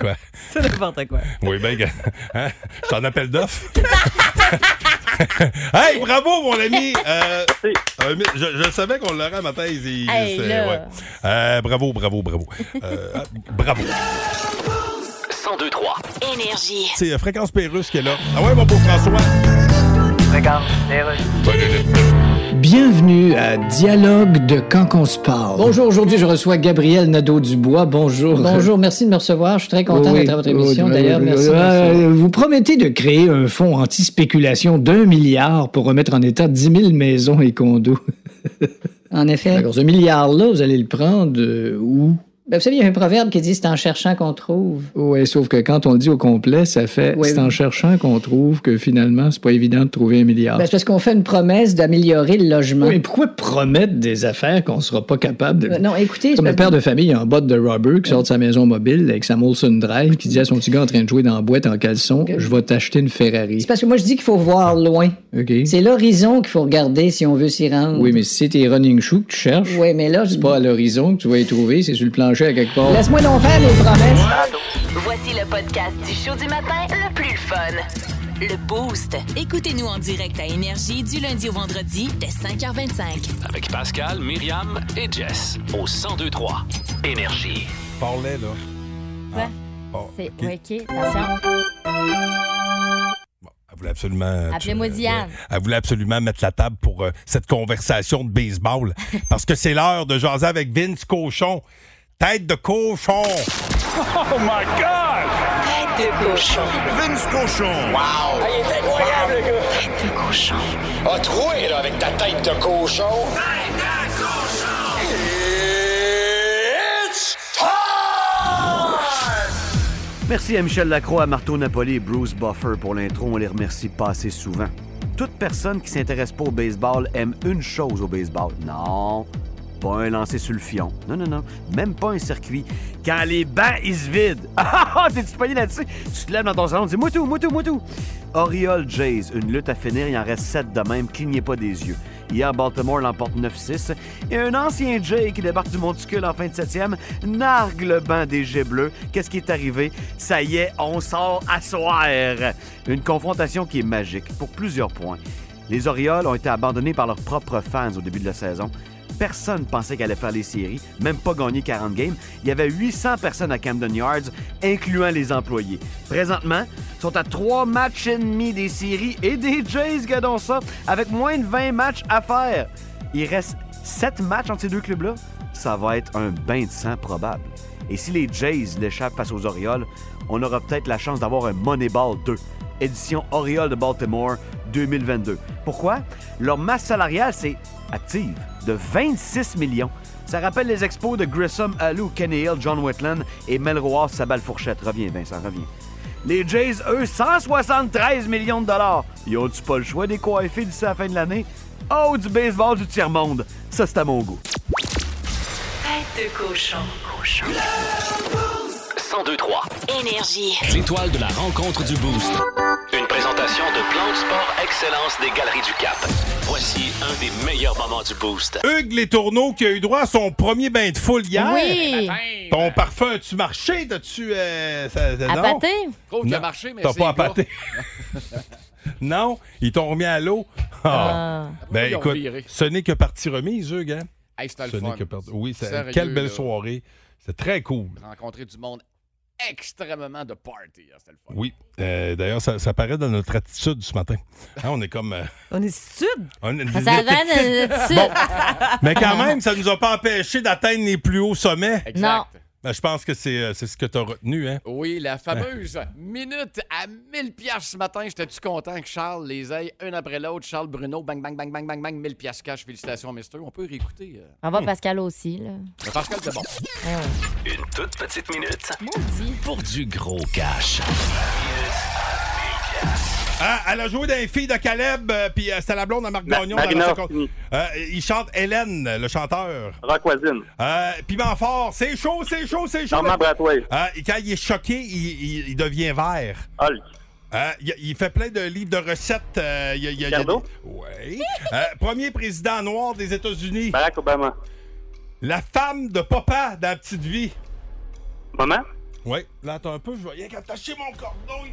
[SPEAKER 7] quoi?
[SPEAKER 8] C'est n'importe quoi.
[SPEAKER 7] Oui, ben, gars, hein, je t'en appelle d'off. hey, bravo, mon ami! Euh, euh, je, je savais qu'on l'aurait à ma thèse. et
[SPEAKER 6] Hey,
[SPEAKER 7] c'est-
[SPEAKER 6] là.
[SPEAKER 7] ouais. Euh, bravo, bravo, bravo. Euh, ah, bravo.
[SPEAKER 9] 1023
[SPEAKER 1] Énergie.
[SPEAKER 7] C'est euh, Fréquence Pérusse qui est là. Ah ouais, mon beau François?
[SPEAKER 4] Regarde, les rues.
[SPEAKER 3] Bienvenue à Euh, Dialogue de Quand qu'on se parle. Bonjour, aujourd'hui je reçois Gabriel Nadeau-Dubois. Bonjour. Bonjour, merci de me recevoir. Je suis très
[SPEAKER 5] content d'être à votre émission, d'ailleurs. Merci, merci.
[SPEAKER 3] Euh, vous promettez de créer un fonds anti-spéculation d'un milliard pour remettre en état 10 000 maisons et condos. en effet. Alors, ce milliard-là, vous allez le prendre euh, où? Ben, vous savez, il y a un proverbe qui dit c'est en cherchant qu'on trouve.
[SPEAKER 5] Oui, sauf que quand on le dit au complet, ça fait
[SPEAKER 3] Oui,
[SPEAKER 5] c'est
[SPEAKER 3] oui.
[SPEAKER 5] en cherchant qu'on trouve que finalement, c'est pas évident de trouver un milliard.
[SPEAKER 3] Ben, c'est parce qu'on fait une promesse d'améliorer le logement.
[SPEAKER 5] Oui, pourquoi promettre des affaires qu'on sera pas capable de.
[SPEAKER 3] Euh, non, écoutez,
[SPEAKER 5] Comme
[SPEAKER 3] c'est
[SPEAKER 5] un
[SPEAKER 3] parce
[SPEAKER 5] père de famille, il a un bot de Robert qui sort de sa maison mobile avec sa Molson Drive qui dit à son petit gars en train de jouer dans la boîte en caleçon Je vais t'acheter une Ferrari.
[SPEAKER 3] c'est parce que moi, je dis qu'il faut voir loin.
[SPEAKER 5] OK.
[SPEAKER 3] C'est l'horizon qu'il faut regarder si on veut s'y rendre.
[SPEAKER 5] Oui, mais si c'est tes running shoes que tu cherches,
[SPEAKER 3] Oui, mais là, je-
[SPEAKER 5] c'est pas à l'horizon que tu vas y trouver, c'est sur le plancher à quelque part.
[SPEAKER 3] laisse-moi donc faire les promesses.
[SPEAKER 1] Voici le podcast du show du matin le plus fun. Le Boost. Écoutez-nous en direct à Énergie du lundi au vendredi dès 5h25.
[SPEAKER 9] Avec Pascal, Myriam et Jess au 1023 Énergie.
[SPEAKER 7] Parlais, là. Ah,
[SPEAKER 6] Ouais. C'est OK, attention.
[SPEAKER 7] Elle voulait absolument. euh,
[SPEAKER 6] Appelez-moi Diane.
[SPEAKER 7] Elle voulait absolument mettre la table pour euh, cette conversation de baseball. parce que c'est l'heure de jaser avec Vince Cochon. Tête de cochon!
[SPEAKER 12] Oh my God! Tête de cochon. Vince cochon. Wow! il est incroyable, le gars. Tête de cochon. A troué, là, avec ta tête de cochon. Tête de cochon! It's
[SPEAKER 13] Merci à Michel Lacroix, à Marteau Napoli et Bruce Buffer pour l'intro. On les remercie pas assez souvent. Toute personne qui s'intéresse pas au baseball aime une chose au baseball. Non, pas un lancer sur le fion. Non, non, non. Même pas un circuit. Quand les bancs, ils se vident. Ah, ah, ah, t'es-tu pogné là-dessus? Tu te lèves dans ton salon, tu dis Moutou, Moutou, Moutou. Oriole Jays, une lutte à finir. Il en reste sept de même. Clignez pas des yeux. Hier, Baltimore l'emporte 9-6. Et un ancien Jay qui débarque du monticule en fin de septième nargue le banc des Jets bleus. Qu'est-ce qui est arrivé? Ça y est, on sort à soir. Une confrontation qui est magique pour plusieurs points. Les Orioles ont été abandonnés par leurs propres fans au début de la saison. Personne pensait qu'elle allait faire les séries, même pas gagner 40 games. Il y avait 800 personnes à Camden Yards, incluant les employés. Présentement, ils sont à trois matchs et demi des séries et des Jays, gadons ça, avec moins de 20 matchs à faire. Il reste 7 matchs entre ces deux clubs-là. Ça va être un bain de sang probable. Et si les Jays l'échappent face aux Orioles, on aura peut-être la chance d'avoir un Moneyball 2, édition Orioles de Baltimore 2022. Pourquoi? Leur masse salariale, c'est active, de 26 millions. Ça rappelle les expos de Grissom, Alou, Kenny Hill, John Wetland et Melroy Sabal-Fourchette. Reviens, Vincent, reviens. Les Jays, eux, 173 millions de dollars. Ils ont-tu pas le choix des coiffés d'ici la fin de l'année? Oh, du baseball du tiers-monde. Ça, c'est à mon goût.
[SPEAKER 1] Tête de cochon. Cochon.
[SPEAKER 9] 1023
[SPEAKER 1] Énergie.
[SPEAKER 9] L'étoile de la rencontre du Boost. Une présentation de Plan de Sport Excellence des Galeries du Cap. Voici un des meilleurs moments du Boost.
[SPEAKER 7] Hugues Les Tourneaux qui a eu droit à son premier bain de foule hier.
[SPEAKER 6] Oui.
[SPEAKER 7] Ton parfum, as-tu marché? T'as-tu. euh, ça- ça-
[SPEAKER 6] À
[SPEAKER 7] non?
[SPEAKER 6] pâté?
[SPEAKER 7] Non.
[SPEAKER 14] Coach a marché, mais
[SPEAKER 7] T'as
[SPEAKER 14] c'est
[SPEAKER 7] pas à
[SPEAKER 14] gras.
[SPEAKER 7] pâté. non, ils t'ont remis à l'eau. Ah. Ben
[SPEAKER 14] Ils ont
[SPEAKER 7] écoute,
[SPEAKER 14] viré.
[SPEAKER 7] ce n'est que partie remise, Hugues. Hein?
[SPEAKER 14] Hey, c'était le
[SPEAKER 7] Ce n'est
[SPEAKER 14] fun.
[SPEAKER 7] que partie- Oui, c'est-
[SPEAKER 14] Sérieux,
[SPEAKER 7] quelle belle
[SPEAKER 14] là.
[SPEAKER 7] soirée. C'est très cool.
[SPEAKER 14] rencontrer du monde extrêmement de party. hein, C'était le fun.
[SPEAKER 7] Oui. Euh, D'ailleurs, ça, ça paraît dans notre attitude ce matin. Hein, on est comme. euh,
[SPEAKER 8] On est stupides.
[SPEAKER 7] on est-
[SPEAKER 8] Ça va,
[SPEAKER 6] notre-
[SPEAKER 7] Bon, mais quand même, ça nous a pas empêché d'atteindre les plus hauts sommets.
[SPEAKER 14] Non.
[SPEAKER 7] Ben, je pense que c'est euh, c'est ce que tu as retenu. Hein?
[SPEAKER 14] Oui, la fameuse minute à 1000 piastres ce matin. J'étais-tu content que Charles les aille un après l'autre? Charles Bruno, bang, bang, bang, bang, bang, bang, 1000 piastres cash. Félicitations, mister. On peut réécouter. euh.
[SPEAKER 6] On va Pascal aussi, là.
[SPEAKER 14] Mais Pascal, c'est bon.
[SPEAKER 9] Une toute petite minute. Pour du gros cash.
[SPEAKER 7] Ah, elle a joué dans les filles de Caleb, euh, puis euh, c'était la blonde à Marc
[SPEAKER 10] Ma-
[SPEAKER 7] Gagnon.
[SPEAKER 10] Marina.
[SPEAKER 7] dans la seconde. Euh, il chante Hélène, le chanteur.
[SPEAKER 10] Rockvoisine.
[SPEAKER 7] Euh, piment fort, c'est chaud, c'est chaud, c'est chaud.
[SPEAKER 10] Norman Brathwaite.
[SPEAKER 7] Euh, et quand il est choqué, il, il- il devient vert. Euh, il, il fait plein de livres de recettes. euh, il, y a- il y a- il y a-
[SPEAKER 10] Ricardo?
[SPEAKER 7] Ouais. Euh, premier président noir des États-Unis. Barack Obama. La femme de papa dans la petite vie. Maman? Oui, là, attends un peu, je vais rien qu'attacher mon cordon. il-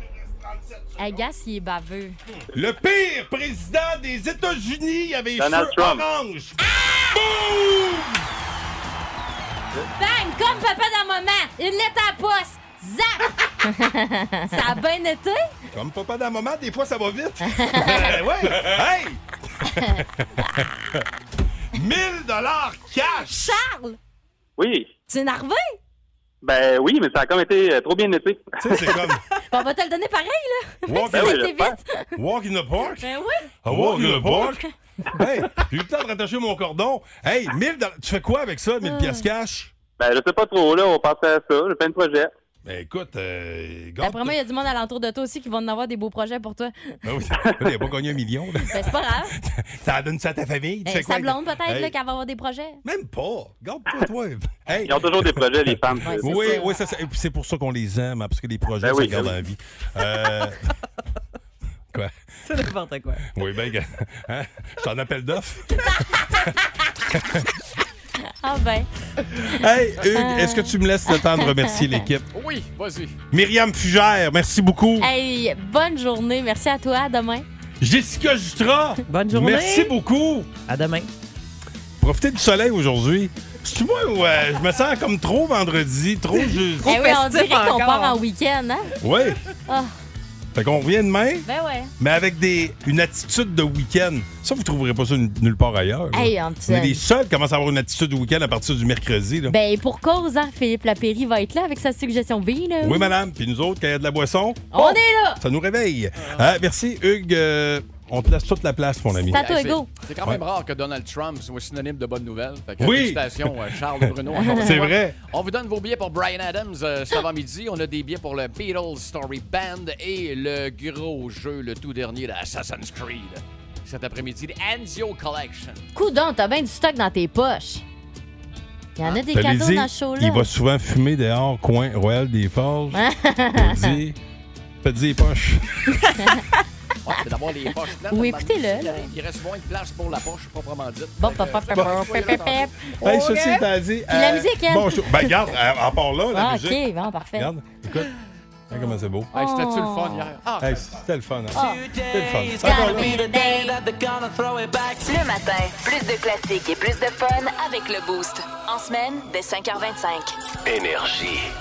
[SPEAKER 6] Agas, il est baveux.
[SPEAKER 7] Le pire président des États-Unis il avait les
[SPEAKER 10] Donald
[SPEAKER 7] cheveux
[SPEAKER 10] Trump.
[SPEAKER 7] orange. Boum!
[SPEAKER 6] Bang! Comme papa dans maman! Une lettre à la poste! Zap! Ça a bien été?
[SPEAKER 7] Comme papa d'un moment, des fois ça va vite. Ben ouais. Hey! 1000 dollars cash.
[SPEAKER 6] Charles!
[SPEAKER 10] Oui.
[SPEAKER 6] Tu es énervé?
[SPEAKER 10] Ben oui, mais ça a comme été euh, trop bien été.
[SPEAKER 7] Tu sais, c'est comme
[SPEAKER 6] On va te le donner pareil, là!
[SPEAKER 7] Walk,
[SPEAKER 6] Ça a
[SPEAKER 7] in
[SPEAKER 6] été
[SPEAKER 7] the...
[SPEAKER 6] vite!
[SPEAKER 7] walk in the park.
[SPEAKER 6] Ben oui!
[SPEAKER 7] A walk in the park. Hey, j'ai eu le temps de rattacher mon cordon. Hey, 1000 dollars. Tu fais quoi avec ça, 1000 pièces cash?
[SPEAKER 15] Ben, je sais pas trop, là. On pensait à ça. J'ai plein de projets.
[SPEAKER 7] Ben, écoute, euh, garde-
[SPEAKER 6] D'après moi, il y a du monde alentour de toi aussi qui vont en avoir des beaux projets pour toi.
[SPEAKER 7] Ben oui, t'as pas gagné un million, là.
[SPEAKER 6] Ben, c'est pas grave.
[SPEAKER 7] Ça en donne ça à ta famille. Tu
[SPEAKER 6] Eh,
[SPEAKER 7] fais quoi?
[SPEAKER 6] sa blonde, peut-être,
[SPEAKER 7] Hey,
[SPEAKER 6] là, qu'elle va avoir des projets.
[SPEAKER 7] Même pas. Garde-toi, toi. Hey.
[SPEAKER 15] Ils ont toujours des projets, les femmes.
[SPEAKER 6] Ouais,
[SPEAKER 7] oui, oui, ça, c'est- et puis c'est pour ça qu'on les aime, hein, parce que les projets,
[SPEAKER 15] Ben
[SPEAKER 7] ça
[SPEAKER 15] oui,
[SPEAKER 7] garde
[SPEAKER 15] ben
[SPEAKER 7] en
[SPEAKER 15] oui.
[SPEAKER 7] vie. Euh, quoi?
[SPEAKER 8] C'est n'importe quoi.
[SPEAKER 7] Oui, ben, hein? je t'en appelle d'offre.
[SPEAKER 6] Ah ben.
[SPEAKER 7] Hey, Hugues, est-ce que tu me laisses le temps de remercier l'équipe?
[SPEAKER 14] Oui, vas-y.
[SPEAKER 7] Myriam Fugère, merci beaucoup.
[SPEAKER 6] Hey, bonne journée. Merci à toi. À demain.
[SPEAKER 7] Jessica Justra,
[SPEAKER 8] bonne
[SPEAKER 6] journée.
[SPEAKER 7] Merci beaucoup.
[SPEAKER 8] À demain.
[SPEAKER 7] Profitez du soleil aujourd'hui. C'est moi ou euh, je me sens comme trop vendredi, trop juste.
[SPEAKER 6] Eh oui, on dirait qu'on part en week-end, hein?
[SPEAKER 7] Oui.
[SPEAKER 6] Ah,
[SPEAKER 7] Fait qu'on revient demain,
[SPEAKER 6] ben ouais.
[SPEAKER 7] mais avec des, une attitude de week-end. Ça, vous trouverez pas ça n- nulle part ailleurs. là.
[SPEAKER 6] Hey, un petit-
[SPEAKER 7] On est les seuls qui commencent à avoir une attitude de week-end à partir du mercredi. là.
[SPEAKER 6] Ben, pour cause, hein, Philippe Lapéry va être là avec sa suggestion B, là.
[SPEAKER 7] oui, madame. Puis nous autres, quand il y a de la boisson,
[SPEAKER 6] On est là!
[SPEAKER 7] ça nous réveille. Ah, merci, Hugues. Euh, on te laisse toute la place, mon ami.
[SPEAKER 14] Hey, c'est- C'est quand même rare que Donald Trump soit synonyme de bonne nouvelle. Fait que,
[SPEAKER 7] Oui.
[SPEAKER 14] Félicitations, euh, Charles Bruno. encore une
[SPEAKER 7] C'est
[SPEAKER 14] fois.
[SPEAKER 7] vrai.
[SPEAKER 14] On vous donne vos billets pour Brian Adams euh, cet avant-midi. On a des billets pour le Beatles Story Band et le gros jeu, le tout dernier d'Assassin's Creed. Cet après-midi, l'Anzio Collection.
[SPEAKER 6] Coudon, t'as bien du stock dans tes poches. Il y en a des
[SPEAKER 7] Je te l'ai
[SPEAKER 6] cadeaux
[SPEAKER 7] dit,
[SPEAKER 6] dans ce show-là.
[SPEAKER 7] Ah. Ben, Il va souvent fumer dehors, coin Royal des Forges.
[SPEAKER 6] Ah.
[SPEAKER 7] Dis, faites des poches.
[SPEAKER 14] Ouais, c'est d'avoir les poches pleines.
[SPEAKER 6] Oui,
[SPEAKER 14] de
[SPEAKER 6] écoutez-le,
[SPEAKER 14] bande- Il reste moins de place pour la poche, proprement dite.
[SPEAKER 6] Bon,
[SPEAKER 14] Fait que,
[SPEAKER 6] papa,
[SPEAKER 14] euh,
[SPEAKER 6] papa,
[SPEAKER 14] soyez
[SPEAKER 6] papa,
[SPEAKER 14] là tantôt.
[SPEAKER 7] Hey,
[SPEAKER 14] Ok.
[SPEAKER 7] ceci étant dit.
[SPEAKER 6] Puis la musique, elle.
[SPEAKER 7] Bon, show. ben, regarde, à, à part là, la
[SPEAKER 6] Ah,
[SPEAKER 7] musique.
[SPEAKER 6] ok, bon, parfait. Ah,
[SPEAKER 7] Regarde, écoute. Regarde comment c'est beau.
[SPEAKER 14] Hey, c'était-tu le fun hier? Ah.
[SPEAKER 7] Hey, c'était le fun. hein?
[SPEAKER 14] Ah.
[SPEAKER 7] C'était le fun.
[SPEAKER 1] It's
[SPEAKER 7] Encore
[SPEAKER 1] gonna
[SPEAKER 7] là.
[SPEAKER 1] be the day that they're gonna throw it back. Le matin, plus de classiques et plus de fun avec le Boost. En semaine, dès 5h25.
[SPEAKER 9] Énergie.